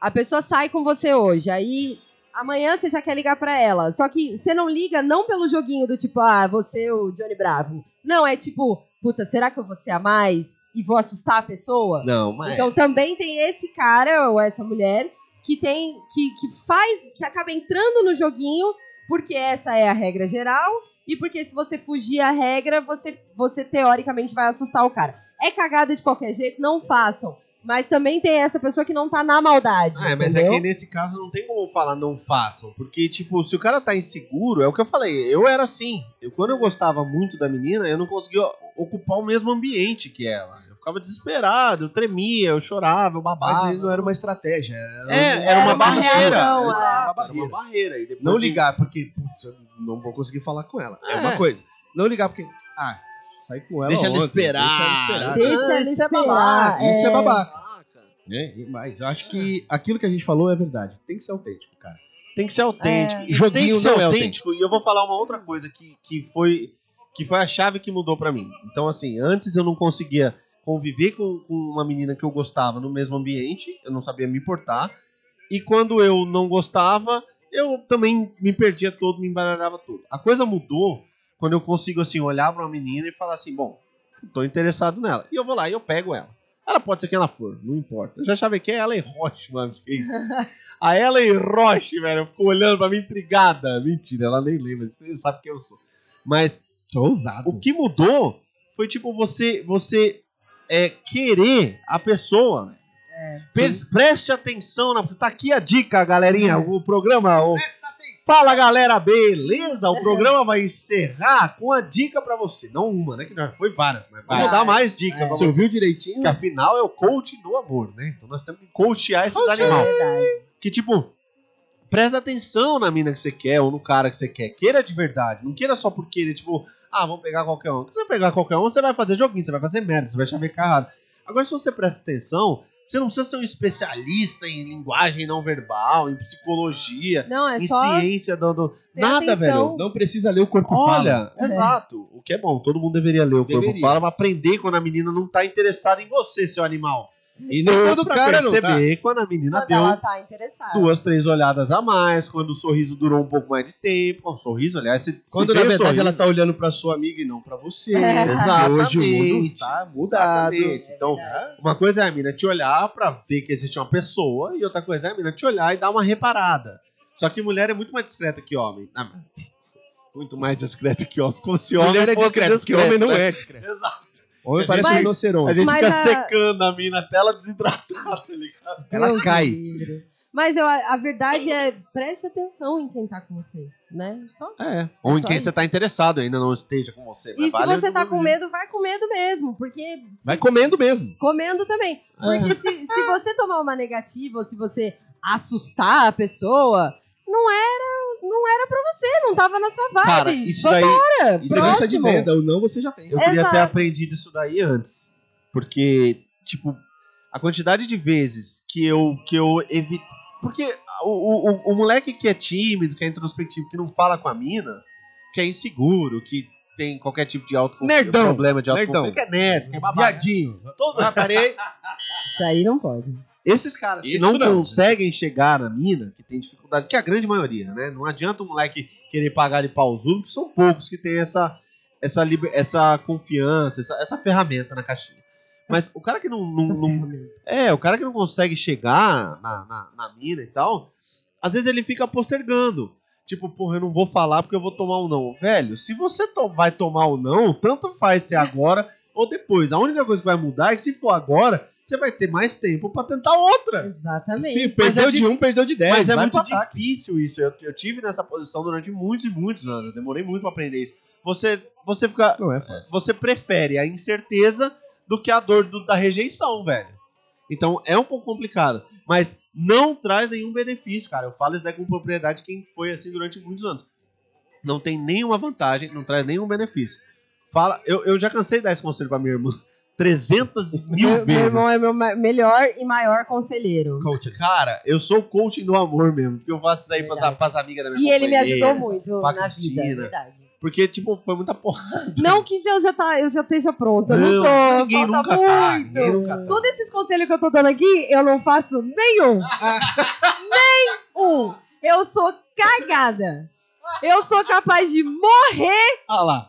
a pessoa sai com você hoje, aí amanhã você já quer ligar pra ela. Só que você não liga não pelo joguinho do tipo, ah, você o Johnny Bravo. Não, é tipo, puta, será que eu vou ser a mais e vou assustar a pessoa?
Não, mas.
Então também tem esse cara ou essa mulher que tem que, que faz que acaba entrando no joguinho porque essa é a regra geral e porque se você fugir a regra você você teoricamente vai assustar o cara. É cagada de qualquer jeito, não façam. Mas também tem essa pessoa que não tá na maldade.
Ah, mas é
entendeu?
que nesse caso não tem como falar não façam. Porque, tipo, se o cara tá inseguro, é o que eu falei. Eu era assim. Eu, quando eu gostava muito da menina, eu não conseguia ocupar o mesmo ambiente que ela. Eu ficava desesperado, eu tremia, eu chorava, eu
Mas
babava.
aí não era uma estratégia. Era,
É, era, uma,
uma
barreira.
reação,
Exato,
é.
Era uma barreira. E depois
Não
de-
ligar porque, putz, eu não vou conseguir falar com ela. É,
É.
uma coisa. Não ligar porque, ah, saí com ela
Deixa ela
ontem,
esperar.
Deixa ela esperar.
Deixa
Ah,
ele
isso é
esperar.
babaca,
Isso é babaca.
Caraca.
né? Mas eu acho que aquilo que a gente falou é verdade. Tem que ser autêntico, cara.
Tem que ser autêntico.
É.
E
Joguinho
tem que ser
não é
autêntico. E eu vou falar uma outra coisa que, que, foi, que foi a chave que mudou pra mim. Então, assim, antes eu não conseguia conviver com, com uma menina que eu gostava no mesmo ambiente, eu não sabia me portar. E quando eu não gostava, eu também me perdia todo, me embaralhava todo. A coisa mudou quando eu consigo, assim, olhar pra uma menina e falar assim: bom, tô interessado nela. E eu vou lá e eu pego ela. Ela pode ser quem ela for, não importa. Eu já chavequei ela é e Roche uma vez. A ela e Roche, velho, ficou olhando pra mim intrigada. Mentira, ela nem lembra, você sabe quem eu sou. Mas
Tô ousado.
o que mudou foi, tipo, você você é, querer a pessoa. velho. Pre- Preste atenção, na, tá aqui a dica, galerinha. O programa. o- Fala galera, beleza? O programa vai encerrar com a dica pra você. Não uma, né? Que já foi várias, mas vou
Várias,
dar mais dica pra
Você
você.
ouviu direitinho?
Que afinal é o coach do amor, né? Então nós temos que coachear esses
é
animais que, tipo, presta atenção na mina que você quer ou no cara que você quer. Queira de verdade. Não queira só por querer, tipo, ah, vamos pegar qualquer um. Se você pegar qualquer um, você vai fazer joguinho, você vai fazer merda, você vai chavecar errado. Agora, se você presta atenção, você não precisa ser um especialista em linguagem não verbal, em psicologia,
Não, é
em
só
ciência do. do-
ter
Nada,
atenção.
velho.
Não precisa ler o corpo fala.
Olha,
É.
exato. O que é bom, todo mundo deveria ler o corpo
Deveria.
fala, mas aprender quando a menina não tá interessada em você, seu animal.
E nem
Deu
todo
pra
Hum. cara não tá.
perceber quando a menina
Quando
deu
ela tá interessada.
duas, três olhadas a mais, quando o sorriso durou um pouco mais de tempo. Bom, sorriso, aliás, se, se
Quando
vê
na
o
verdade
sorriso-
ela tá olhando pra sua amiga e não pra você.
É.
Exatamente.
Hoje o mundo está mudado.
Exatamente. tá Então,
verdade.
uma coisa é a mina te olhar pra ver que existe uma pessoa, e outra coisa é a mina te olhar e dar uma reparada. Só que mulher é muito mais discreta que homem. Ah, mas- muito mais discreta que homem. Como se homem
Mulher é
fosse
discreto, porque homem não é discreto.
Exato.
Homem parece um
Mas-
A
rinoceronte.
gente
Mas
fica
a-
secando a mina até ela desidratar, tá ligado?
Ela
Deus
cai.
me livre. Mas eu- a verdade é, preste atenção em quem tá com você, né? Só.
É. Ou em
Só
quem
isso.
você tá interessado ainda não esteja com você. mas
E se
vale
você
do
tá
mesmo
com
jeito.
medo, vai com medo mesmo, porque
Vai comendo mesmo.
comendo também. Porque se, se você tomar uma negativa ou se você assustar a pessoa, não era, não era para você, não tava na sua vibe.
Cara, isso
Vambora,
daí,
E você deixa de
próximo.
venda ou não, você já tem.
Eu queria
Exato.
ter aprendido isso daí antes. Porque, tipo, a quantidade de vezes que eu, que eu evito. Porque o, o, o moleque que é tímido, que é introspectivo, que não fala com a mina, que é inseguro, que tem qualquer tipo de auto
Nerdão.
problema de
Nerdão.
autoconfiança, que é nerd, que é babaca.
Viadinho.
Todo-
Isso aí não pode.
Esses caras que
Isso
não,
não.
conseguem chegar na mina, que tem dificuldade, que é a grande maioria, né? Não adianta o moleque querer pagar de pausudo, que são poucos que tem essa, essa, liber- essa confiança, essa, essa ferramenta na caixinha. Mas o cara que não, não- não- é, o cara que não consegue chegar na, na, na mina e tal, às vezes ele fica postergando. Tipo, porra, eu não vou falar porque eu vou tomar um não. Velho, se você to- vai tomar ou não, tanto faz ser agora ou depois. A única coisa que vai mudar é que se for agora, você vai ter mais tempo pra tentar outra.
Exatamente.
Filho, perdeu
é
de
de-
um, perdeu de dez.
Mas é
vai
muito
pro ataque.
difícil isso. Eu, eu tive nessa posição durante muitos e muitos anos. Eu demorei muito pra aprender isso. Você, você fica
Não é fácil.
você prefere a incerteza do que a dor do- da rejeição, velho. Então é um pouco complicado, mas não traz nenhum benefício, cara. Eu falo isso daí com propriedade quem foi assim durante muitos anos. Não tem nenhuma vantagem, não traz nenhum benefício. Fala, eu, eu já cansei de dar esse conselho pra minha irmã. 300 mil
meu, meu
vezes.
irmão é meu ma- melhor e maior conselheiro.
Coach.
Cara, eu sou o coaching do amor mesmo. Porque eu faço isso aí pras,
Verdade.
pras amigas da minha
E ele me
companheira.
ajudou muito
pra
na vida, é
Cristina.
verdade.
Porque, tipo, foi muita porra.
Não que já, já tá, eu já esteja pronta, eu não
Não,
tô,
ninguém
falta
nunca tá,
muito.
ninguém nunca tá.
Todos esses conselhos que eu tô dando aqui, eu não faço nenhum. nenhum. Eu sou cagada. Eu sou capaz de morrer,
Olha lá.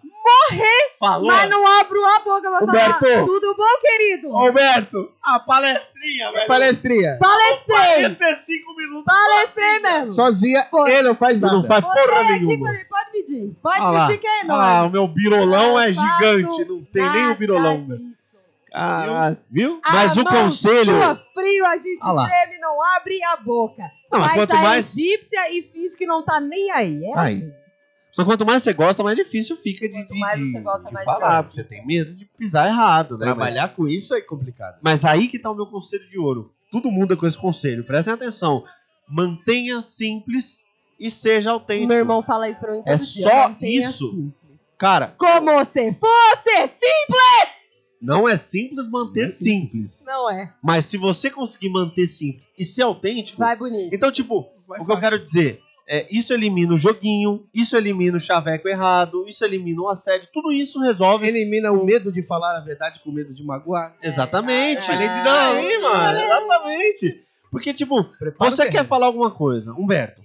Morrer! Falou!
mas não abro a boca pra falar.
Humberto.
Tudo bom, querido?
Roberto, a palestrinha, velho.
Palestrinha.
Palestrei!
45 minutos.
Palestrei mesmo!
Sozinha,
Foi.
ele não faz nada.
Não faz
Botei
porra
aqui e
nenhuma.
falei, pode pedir, pode
Ah lá,
pedir que é
Ah, o
nóis.
meu birolão é
Eu faço
gigante. Não tem nem o birolão,
Nada
velho.
disso.
Caralho.
Viu?
Mas
A
o
mão
conselho-
sua frio, a gente
Ah lá.
treme, não abre a boca.
Não, mas
Faz
quanto
a
mais,
egípcia e finge que não tá nem aí. É
Aí.
assim.
mas quanto mais você gosta, mais difícil fica de,
Quanto
de-
mais
de-
você gosta,
de
mais
falar.
dói.
Porque você tem medo de pisar errado, né?
Trabalhar com isso é complicado.
Mas, mas aí que tá o meu conselho de ouro. Tudo muda com esse conselho. Prestem atenção. Mantenha simples e seja autêntico.
Meu irmão fala isso pra mim todo
É
dia,
só
mantenha
isso.
simples.
Cara,
Como se fosse assim? sim!
não é simples manter simples.
Não é.
Mas se você conseguir manter simples e ser autêntico,
Vai bonito.
Então, tipo, o que eu quero dizer é isso elimina o joguinho, isso elimina o chaveco errado, isso elimina o assédio, tudo isso resolve.
Elimina é o medo de falar a verdade com medo de magoar.
Exatamente.
É,
Ele
é.
diz, não, aí, mano. Exatamente. Porque, tipo,
Prepara
você
o
quer
terreno.
falar alguma coisa, Humberto?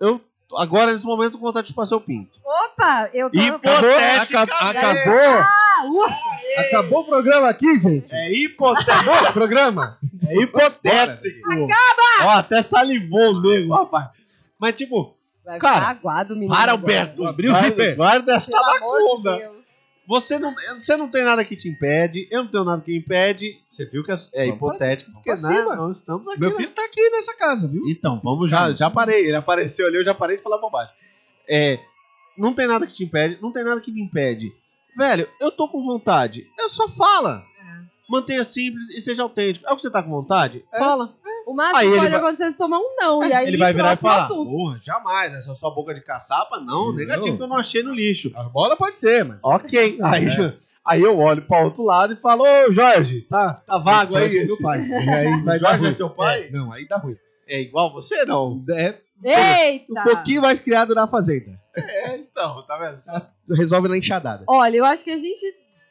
Eu agora, nesse momento, vou contar de passar o pinto.
Opa, eu tô...
Hipotética.
Acab- Acabou,
Ah, ufa,
acabou o programa aqui, gente.
É hipotético.
Acabou o programa.
É hipotético. Ó, até salivou o nego, rapaz. Mas, tipo,
Vai
Cara,
ficar aguado, menino.
para, Tá
agora.
Humberto.
Vou abrir o
guarda-
zíper.
Guarda essa
Pelo amor de
lacuna.
Deus.
Você não, você não tem nada que te impede, eu não tenho nada que me impede. Você viu que é, é
Vamos pra-
hipotético, porque
pra
não,
cima.
não estamos aqui.
Meu
né?
filho tá aqui nessa casa, viu?
Então, vamos já, já parei. Ele apareceu ali, eu já parei de falar bobagem. É, não tem nada que te impede, não tem nada que me impede. Velho, eu tô com vontade. Eu só fala.
É.
Mantenha simples e seja autêntico. É o que você tá com vontade?
É.
Fala.
O
Aí
máximo
ele
que pode
vai-
acontecer é você tomar um não. E aí
Ele vai virar e
próximo
falar:
assunto.
Porra, jamais, essa sua boca de caçapa? Não,
Não.
negativo que eu não achei no lixo.
A bola pode ser, mas.
Ok. Aí,
É.
aí eu olho pra outro lado e falo, ô Jorge, tá, tá vago aí.
Jorge é
esse-
meu pai. E aí vai dar
Jorge é
ruim.
seu pai?
É, não, aí dá ruim.
É igual você, não?
É
Eita!
um pouquinho mais criado na fazenda.
É, então, tá vendo?
Resolve na enxadada.
Olha, eu acho que a gente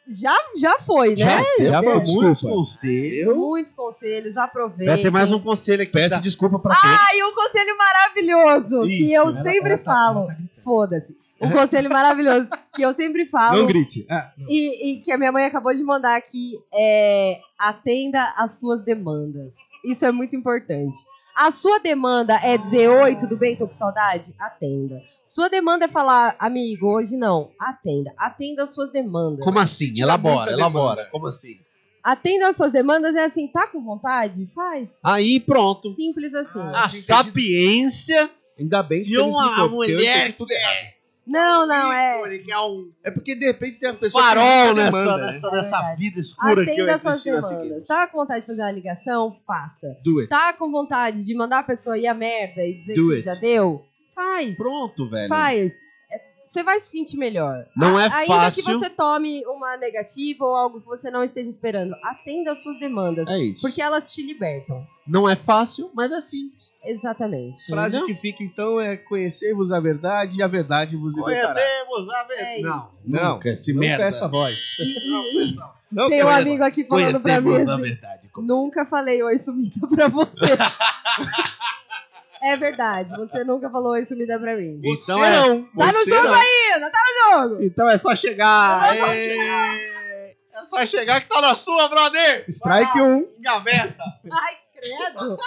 já, já foi, né?
já
Tem
foi,
muitos
desculpa.
conselhos.
Muitos conselhos, aproveita.
Vai ter mais um conselho aqui.
Peço
da-
desculpa pra quem.
Ah, e um conselho maravilhoso que
Isso,
eu
ela-
sempre
ela tá- É.
falo. Foda-se. Um conselho maravilhoso que eu sempre
Não
falo
grite. Ah, não.
e, e que a minha mãe acabou de mandar aqui é atenda às suas demandas. Isso é muito importante. A sua demanda é dizer oi, tudo bem, tô com saudade? Atenda. Sua demanda é falar, amigo, hoje não. Atenda. Atenda às suas demandas.
Como assim? Elabora,
muita
elabora.
demanda.
Como assim?
Atenda às suas demandas é assim, tá com vontade? Faz.
Aí, pronto.
Simples assim.
Ah,
A
tinha
sapiência
Ainda bem que
de
você me
uma
explicou, porque eu entendi
mulher
tudo errado.
não, não, é.
que é um
É porque de repente tem uma pessoa que
farol
nunca
nessa,
demanda, né?
nessa,
É
nessa
verdade.
vida escura que eu
Atenda às suas
existi na
demandas.
é seguinte.
Tá com vontade de fazer uma ligação? Faça.
Do it.
Tá com vontade de mandar a pessoa ir a merda e dizer
Do
que
it.
já deu? Faz.
Pronto, velho.
Faz. É, Você vai se sentir melhor.
Não é
Ainda
fácil.
que você tome uma negativa ou algo que você não esteja esperando. Atenda às suas demandas.
É isso.
Porque elas te libertam.
Não é fácil, mas é simples.
Exatamente.
Frase que fica então é conhecer-vos a verdade e a verdade vos libertará.
Conhecemos a
É
verdade.
isso.
Não,
Não,
nunca esse
Nunca
merda.
essa voz.
E- e-
Não
Tem um
conheço.
amigo aqui falando pra mim
Conhecemos a
assim.
verdade.
Nunca falei oi sumida pra você. é verdade, você nunca falou oi sumida pra mim.
Você
Então é-
não.
Tá no
você
jogo
não.
ainda, tá no jogo!
Então é só chegar.
Aê!
É só chegar que tá na sua, brother.
Strike 1.
Gaveta.
Ai, credo!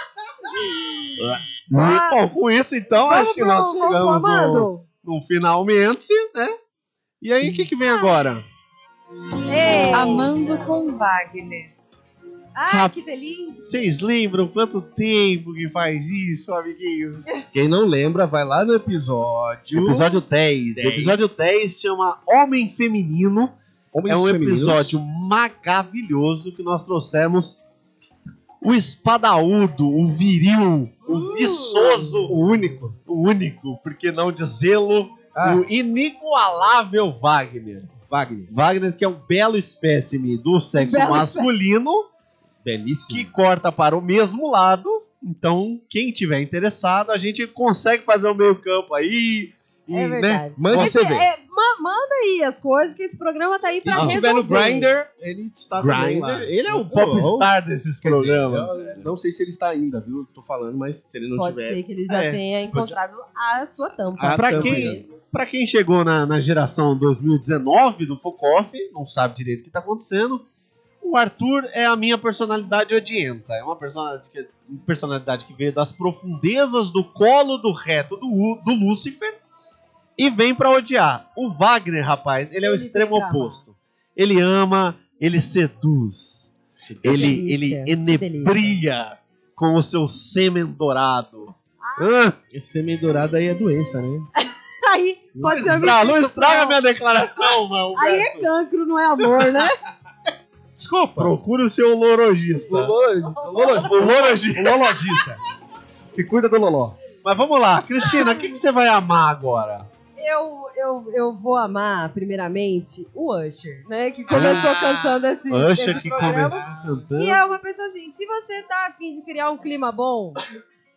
Ah.
Bom, com isso, então,
Vamos
acho que
pro
nós chegamos no,
conformando?
num finalmente, né? E aí, o que, que vem agora?
Ei.
É.
Amando com Wagner.
É. Ai, que delícia!
Vocês lembram quanto tempo que faz isso, amiguinhos?
Quem não lembra, vai lá no episódio.
Episódio 10.
Dez.
Episódio 10 chama Homem Feminino.
Homens
é um
Femininos.
episódio maravilhoso que nós trouxemos o espadaúdo, o viril, o
Uh.
viçoso,
O único.
o único, por que não dizê-lo,
Ah,
o inigualável Wagner.
Wagner.
Wagner, que é um belo espécime do sexo
Belo
masculino, que
Belíssimo.
corta para o mesmo lado. Então, quem tiver interessado, a gente consegue fazer o meio campo aí. E,
É
né?
verdade.
Mande
É
você
que-
ver.
é, ma- manda aí as coisas, que esse programa tá aí
E
pra
se
resolver.
tiver no Grindr, ele está também lá. um
Grindr, ele é o
Ou-
popstar desses
Quer dizer,
programas.
eu não sei se ele está ainda, viu? Tô falando, mas se ele não
Pode
tiver.
ser que ele já
É.
tenha encontrado a sua tampa.
Ah,
pra
tá,
quem, pra quem chegou na, na geração 2019 do Focoff, não sabe direito o que tá acontecendo, o Arthur é a minha personalidade odienta. É uma personalidade que, uma personalidade que veio das profundezas do colo do reto do, Lu- do Lúcifer e vem pra odiar. O Wagner, rapaz, ele é o
Ele vem
extremo
pra amar.
oposto. Ele ama, ele seduz, ele,
delícia,
ele
que
enebria com o seu sêmen dourado. Ah,
Esse sêmen dourado aí é doença, né?
Aí pode ser
Bra, não
uma
estraga minha declaração, mano.
Aí é cancro, não é amor, né?
Desculpa. Procure o seu lorologista.
Lologista. O lologista. Que cuida do loló.
Mas vamos lá, Cristina, o que, que você vai amar agora?
Eu, eu, eu vou amar, primeiramente, o Usher, né? Que começou
Ah,
cantando esse, esse programa.
cantando.
E é uma pessoa assim, se você tá afim de criar um clima bom,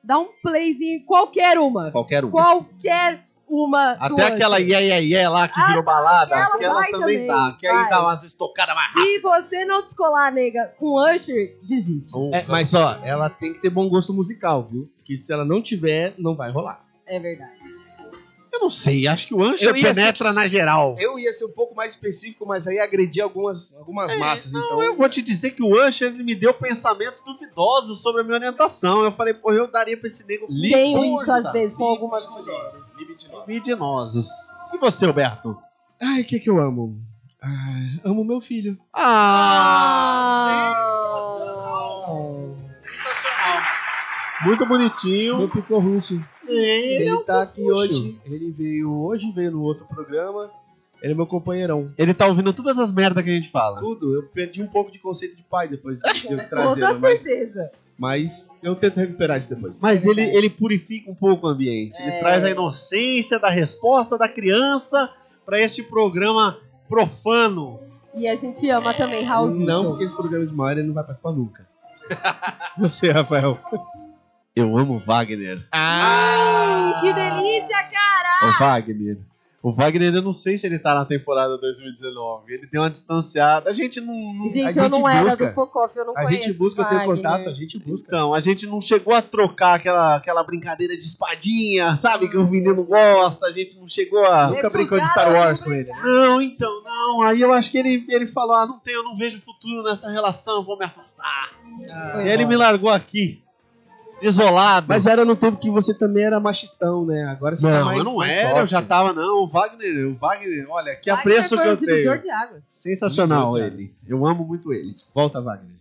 dá um playzinho em qualquer uma.
Qualquer um.
Qualquer uma do
Até aquela
Usher.
ia, ia, ia lá que virou balada,
aquela
aquela
vai
também
também,
tá. Ah,
dá. Que aí
vai.
dá umas estocadas mais
Se você não descolar, nega, com Usher, desiste.
rápidas.
É, mas ó, ela tem que ter bom gosto musical, viu? Porque se ela não tiver, não vai rolar.
É verdade.
eu não sei, acho que o Ancha
Eu ia
penetra na geral.
Eu ia ser um pouco mais específico, mas aí agredi algumas, algumas massas, então.
É, Eu vou te dizer que o Ancha ele me deu pensamentos duvidosos sobre a minha orientação. Eu falei, pô, eu daria pra esse nego
Tenho isso
força.
um às vezes com algumas mulheres.
Libidinosos. E você, Alberto?
Ai, o que que eu amo? Ai, amo meu filho.
Ah! Muito
Meu
bonitinho.
picô russo.
Ele,
Ele,
é um
tá aqui hoje. Ele veio hoje, veio no outro programa. Ele é meu companheirão.
tá ouvindo todas as merdas que a gente fala.
Tudo. Eu perdi um pouco de conceito de pai depois de eu
Com
trazer.
toda
Mas,
certeza.
mas eu tento recuperar isso depois.
Mas ele, ele purifica um pouco o ambiente. Ele
É.
traz a inocência da resposta da criança pra este programa profano.
E a gente ama também Raulzinho.
Não, porque esse programa é de Mario ele não vai participar nunca. Você, Rafael.
Eu amo Wagner.
Ai, Ah, que delícia, cara!
O Wagner. Ah! O Wagner, eu não sei se ele tá na temporada 2019. Ele deu uma distanciada. A gente não. não-
Gente,
A
eu
gente
não era
busca.
do Focoff, eu não
A
conheço. né?
gente busca, eu tenho
Wagner.
contato, a gente busca.
Então, a gente não chegou a trocar aquela, aquela brincadeira de espadinha, sabe? Que o menino gosta. A gente não chegou a.
Nunca
Esse
brincou de
cara
Star
é
Wars
um
com ele.
Não, então, não. Aí eu acho que ele, ele falou: ah, não tem, eu não vejo futuro nessa relação, vou me afastar.
Foi
e aí ele
embora.
me largou aqui, isolado.
Mas era no tempo que você também era machistão, né? Agora você tá
não,
mais
eu não
mais
era,
soft.
eu já tava, não. O Wagner, o Wagner, olha, que
Wagner
apreço
foi
que
um
eu
divisor
tenho.
de águas.
Sensacional
Divisor de
ele. Eu amo muito ele.
Volta, Wagner.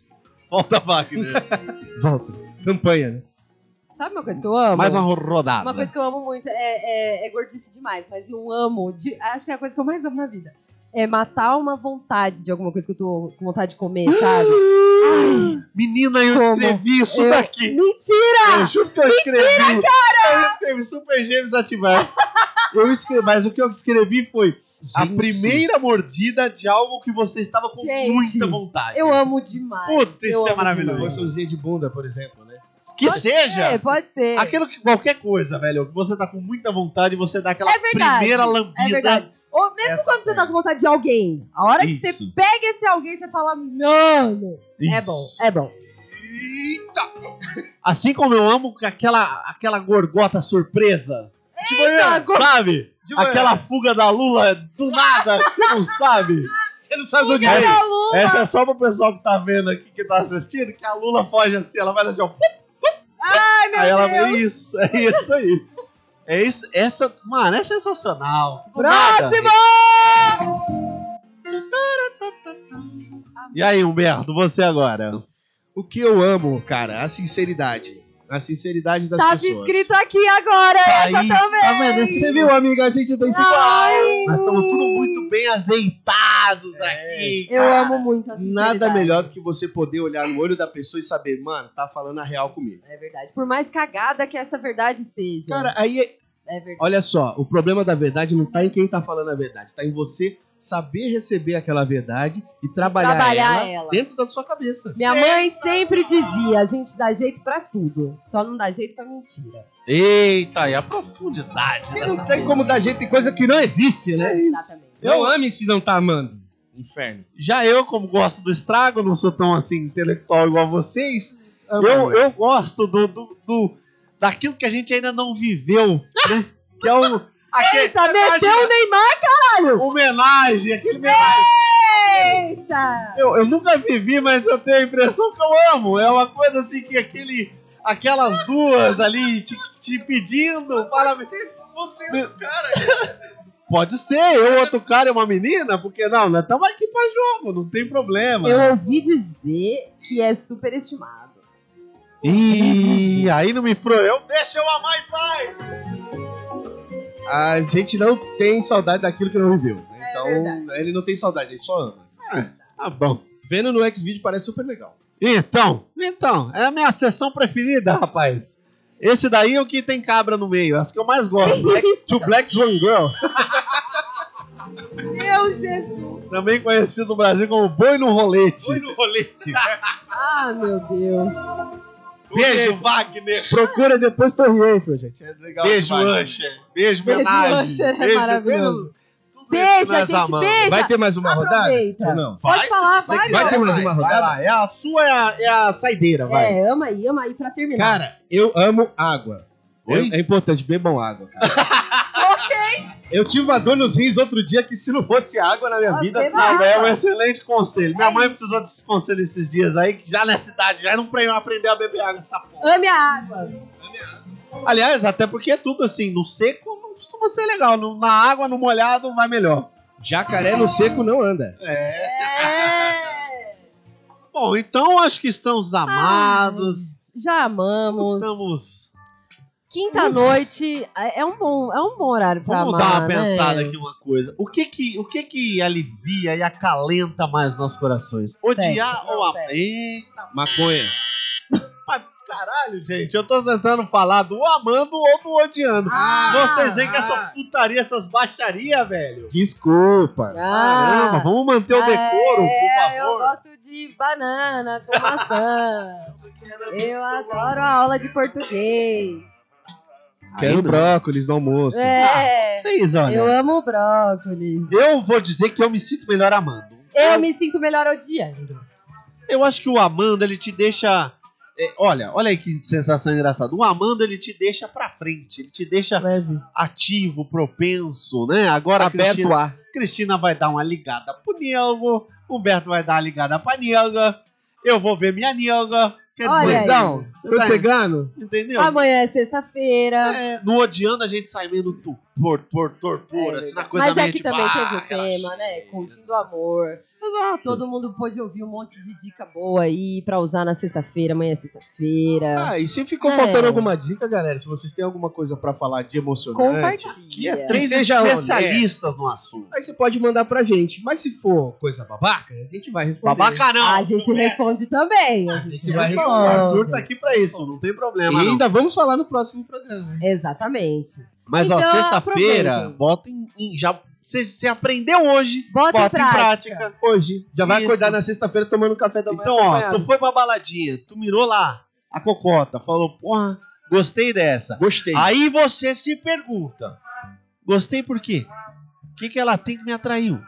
Volta, Wagner.
Volta. Campanha, né?
Sabe uma coisa que eu amo?
Mais uma rodada.
Uma coisa que eu amo muito é, é, é gordice demais, mas eu amo. de- acho que é a coisa que eu mais amo na vida. É matar uma vontade de alguma coisa que eu tô com vontade de comer, sabe?
Menina, eu
Como?
escrevi isso
Eu- Ah!
daqui.
Mentira!
Eu juro que eu escrevi. Eu escrevi Super Gêmeos ativar. Eu escrevi, mas o que eu escrevi foi a
Gente.
primeira mordida de algo que você estava com
Gente,
muita vontade.
Eu amo demais.
Putz,
eu
isso é
amo
maravilhoso.
demais.
Porçãozinha de bunda, por exemplo, né?
Que seja.
É, pode ser.
Aquilo que qualquer coisa, velho, que você tá com muita vontade, você dá aquela
É verdade,
primeira lambida.
É verdade. Ou mesmo
Essa
quando você tá com vontade de alguém, a hora que
Isso.
você pega esse alguém, você fala, mano, é
Isso.
bom, é bom.
Assim como eu amo aquela aquela gorgota surpresa. De manhã, sabe?
De manhã.
Aquela fuga da Lula do nada, que você não sabe.
Você não sabe de onde
Essa-
é.
Tá louco?
Essa é só pro pessoal que tá vendo aqui, que tá assistindo, que a Lula foge assim, ela vai assim, ó. Ai,
meu
aí ela
Deus.
é isso, é isso aí. É isso, essa, mano, é sensacional. Do
Próximo!
nada. E aí, Humberto, você agora?
O que eu amo, cara, é a sinceridade. A sinceridade das
Tava
pessoas. É,
escrito tá aqui agora, essa
Aí,
também.
tá vendo?
Você viu, amiga? A gente tem esse...
Ai,
Nós estamos tudo muito bem azeitados aqui.
eu
cara.
amo muito a sinceridade.
Nada melhor do que você poder olhar no olho da pessoa e saber, mano, tá falando a real comigo.
É verdade. Por mais cagada que essa verdade seja.
Cara, aí,
é verdade.
olha só, o problema da verdade não tá em quem tá falando a verdade, tá em você saber receber aquela verdade e trabalhar,
Trabalhar
ela,
ela.
dentro da sua cabeça.
Minha mãe sempre dizia, a gente dá jeito pra tudo, só não dá jeito pra mentira.
Eita, e a profundidade
Você
dessa
não tem como dar jeito em coisa que não existe, né?
É Exatamente.
Eu amo se não tá amando. Inferno.
Já eu, como gosto do estrago, não sou tão assim intelectual igual vocês.
Amo.
Eu, eu gosto do, do, do- daquilo que a gente ainda não viveu, né? Que é o aquele,
Eita, meteu o Neymar!
homenagem, aquele
Eita!
Eu, eu nunca vivi, mas eu tenho a impressão que eu amo. É uma coisa assim que aquele, aquelas duas ali te, te pedindo. Fala,
Você
é
o cara.
pode ser, eu, outro cara e uma menina, porque não, nós estamos aqui pra jogo, não tem problema.
Eu ouvi dizer que é superestimado.
Ih, aí não me fro. Eu deixa eu amar e paz.
A gente não tem saudade daquilo que não viveu. né? Então,
É verdade.
ele não tem saudade, ele só ama.
Tá bom.
Vendo no X-Video parece super legal.
Então, então, é a minha sessão preferida, rapaz. Esse daí é o que tem cabra no meio, acho que eu mais gosto.
To Black Swan Girl.
Meu Jesus!
Também conhecido no Brasil como boi no rolete.
no rolete.
Ah, meu Deus!
Beijo, Wagner.
Procura depois Torre Eiffel, gente. É legal
Beijo,
demais.
Usher. Beijo,
Beijo,
homenagem.
Usher, é maravilhoso.
tudo isso que
Beija,
nós
gente,
amamos.
beija.
Vai ter mais uma
Aproveita.
rodada? Ou não?
Pode
Vai,
falar,
se você
vai,
quiser.
vai. Vai ter mais uma rodada?
vai lá. É a sua, é a, é a saideira, vai.
É, ama aí, ama aí pra terminar.
Cara, eu amo água.
Oi?
É, é importante, bebam água, cara. Eu tive uma dor nos rins outro dia que se não fosse água na minha
Ah,
vida.
beba
Não,
água.
é um excelente conselho. Minha mãe precisou desse conselho esses dias aí, que já na cidade, já não pre- aprendeu a beber água essa porra.
Ame a água.
Aliás, até porque é tudo assim, no seco não costuma ser legal. no- na água, no molhado, vai melhor.
Jacaré no seco não anda.
É.
Bom, então acho que estamos amados.
Já amamos.
estamos.
Quinta noite é é um bom, é um bom horário pra
Vamos
amar,
dar uma pensada
né?
aqui uma coisa. O que que, o que que alivia e acalenta mais nossos corações?
Sexo.
Odiar ou
Não,
amar?
pera.
Eita,
Maconha.
mas caralho, gente, eu tô tentando falar do amando ou do odiando.
Ah,
Vocês veem que
ah.
essas putarias, essas baixarias, velho.
Desculpa.
Caramba,
Ah,
vamos manter o decoro,
é,
por
eu
favor.
gosto de banana com maçã. eu adoro a aula de português.
Quero brócolis no almoço.
Ah,
É,
Vocês, olha.
eu
Eu...
amo brócolis.
vou dizer que eu me sinto melhor amando.
Eu me sinto melhor odiando.
Eu acho que o amando, ele te deixa. é, olha, olha aí que sensação engraçada. O amando, ele te deixa pra frente, ele te deixa
Leve.
ativo, propenso, né? Agora a
Aberto
Cristina,
o ar.
Cristina vai dar uma ligada pro Nilgo, Humberto vai dar uma ligada pra Nilga, eu vou ver minha Nilga. Quer
Olha
dizer,
aí.
Então, tô
tá-
chegando.
entendeu?
Amanhã é sexta-feira.
É, no odiando a gente sai meio tu, por, por, torpor, assim, na coisa
É, Mas
meio
aqui
de
também
bah,
teve o
relaxa.
tema, né? Continho do amor.
Exato.
Todo mundo pôde ouvir um monte de dica boa aí pra usar na sexta-feira, amanhã é sexta-feira.
Ah, e se ficou
É.
faltando alguma dica, galera, se vocês têm alguma coisa pra falar de emocionante,
Que
Compartilha.
é três
seja
especialistas no assunto.
aí você pode mandar pra gente. Mas se for coisa babaca, a gente vai responder.
Babaca Ah, não.
A gente responde também. A gente,
gente vai
Não, o
Foda.
Arthur tá aqui pra isso, não tem
E
problema. não.
ainda vamos falar no próximo programa. né?
Exatamente.
Mas ó,
Então,
sexta-feira,
aproveitem.
bota em, em- já você aprendeu hoje,
Bota,
bota,
em prática.
em prática.
Hoje. Já vai
É. Isso.
acordar na sexta-feira tomando café da manhã.
Então, ó,
acompanhado.
tu foi pra baladinha, tu mirou lá a cocota, falou, porra, gostei dessa.
Gostei.
Aí você se pergunta, gostei por quê? O que, que ela tem que me atraiu?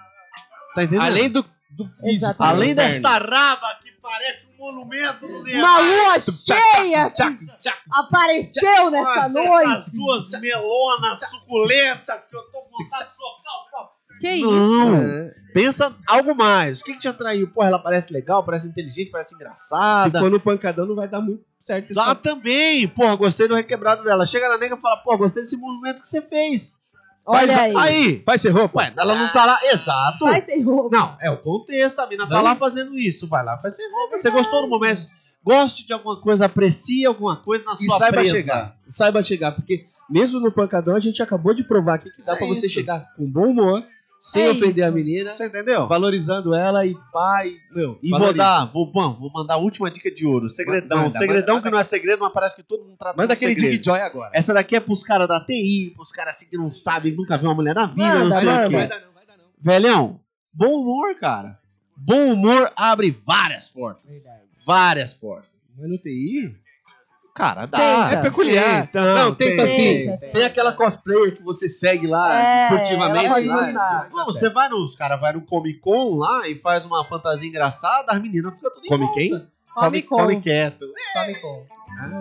Tá entendendo?
Além do, do físico.
Exatamente.
Além
do inferno.
desta raba que parece um monumento do
Uma
Neymar.
lua cheia que apareceu nesta noite.
As duas melonas suculentas que eu tô com vontade de socar o pau.
Que isso?
Não,
É.
pensa algo mais. O que, que te atraiu? Porra, ela parece legal, parece inteligente, parece
Se
engraçada.
for no pancadão, não vai dar muito certo. isso.
Dá também. Porra, gostei do requebrado dela. Chega na nega e fala, porra, gostei desse movimento que você fez.
Olha aí.
Mas, Aí,
Vai ser roupa?
ué, ela não tá lá. Exato.
Vai sem roupa.
Não, é o contexto. A mina tá
Não. É
lá fazendo isso. Vai lá, faz roupa. Você gostou do momento. Goste de alguma coisa, aprecie alguma coisa na
e
sua
saiba
presa.
chegar. Saiba chegar, porque mesmo no pancadão a gente acabou de provar aqui que dá
É
pra você
isso.
chegar com bom humor, sem
É
ofender
isso.
a menina,
Você entendeu?
valorizando ela e pai, meu.
E vou
valoriza.
dar, vou, bom, vou mandar a última dica de ouro. Segredão.
Manda,
segredão
manda,
que não é segredo, mas parece que todo mundo trata
Manda
como
aquele
segredo.
Dig Joy agora.
Essa daqui é pros caras da TI, pros caras assim que não sabem, nunca viu uma mulher na vida,
Manda,
não sei
manda.
o quê. Velhão, Bom humor, cara. Bom humor abre várias portas.
Verdade.
Várias portas.
Mas no TI?
Cara, dá.
Tenta. É
peculiar.
Então,
Não, tenta
assim.
sim.
Tem, aquela cosplayer que você segue lá
É, ela
furtivamente.
pode
Lá.
mudar.
Não, você vai nos, cara, vai no Comic Con lá e faz uma fantasia engraçada, as meninas ficam tudo em
Come
volta.
quem?
Come com.
Come quieto. É,
Come com.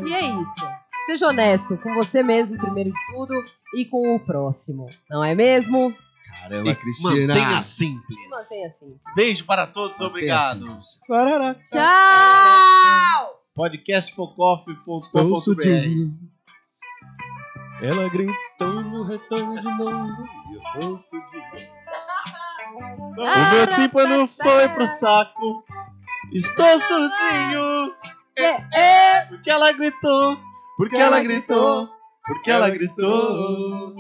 E é isso. Seja honesto com você mesmo, primeiro de tudo, e com o próximo. Não é mesmo?
Caramba,
E é Cristina.
Mantenha simples.
Mantenha assim.
Beijo para todos, obrigado.
Parará.
Tchau!
Estou
Podcastfocoff.com.br
sutil. Ela gritou no retorno de novo. E eu estou sutil. tipo
O meu
é
tímpano foi pro saco. Estou sozinho.
É,
Porque ela gritou. Porque ela gritou. Porque ela gritou.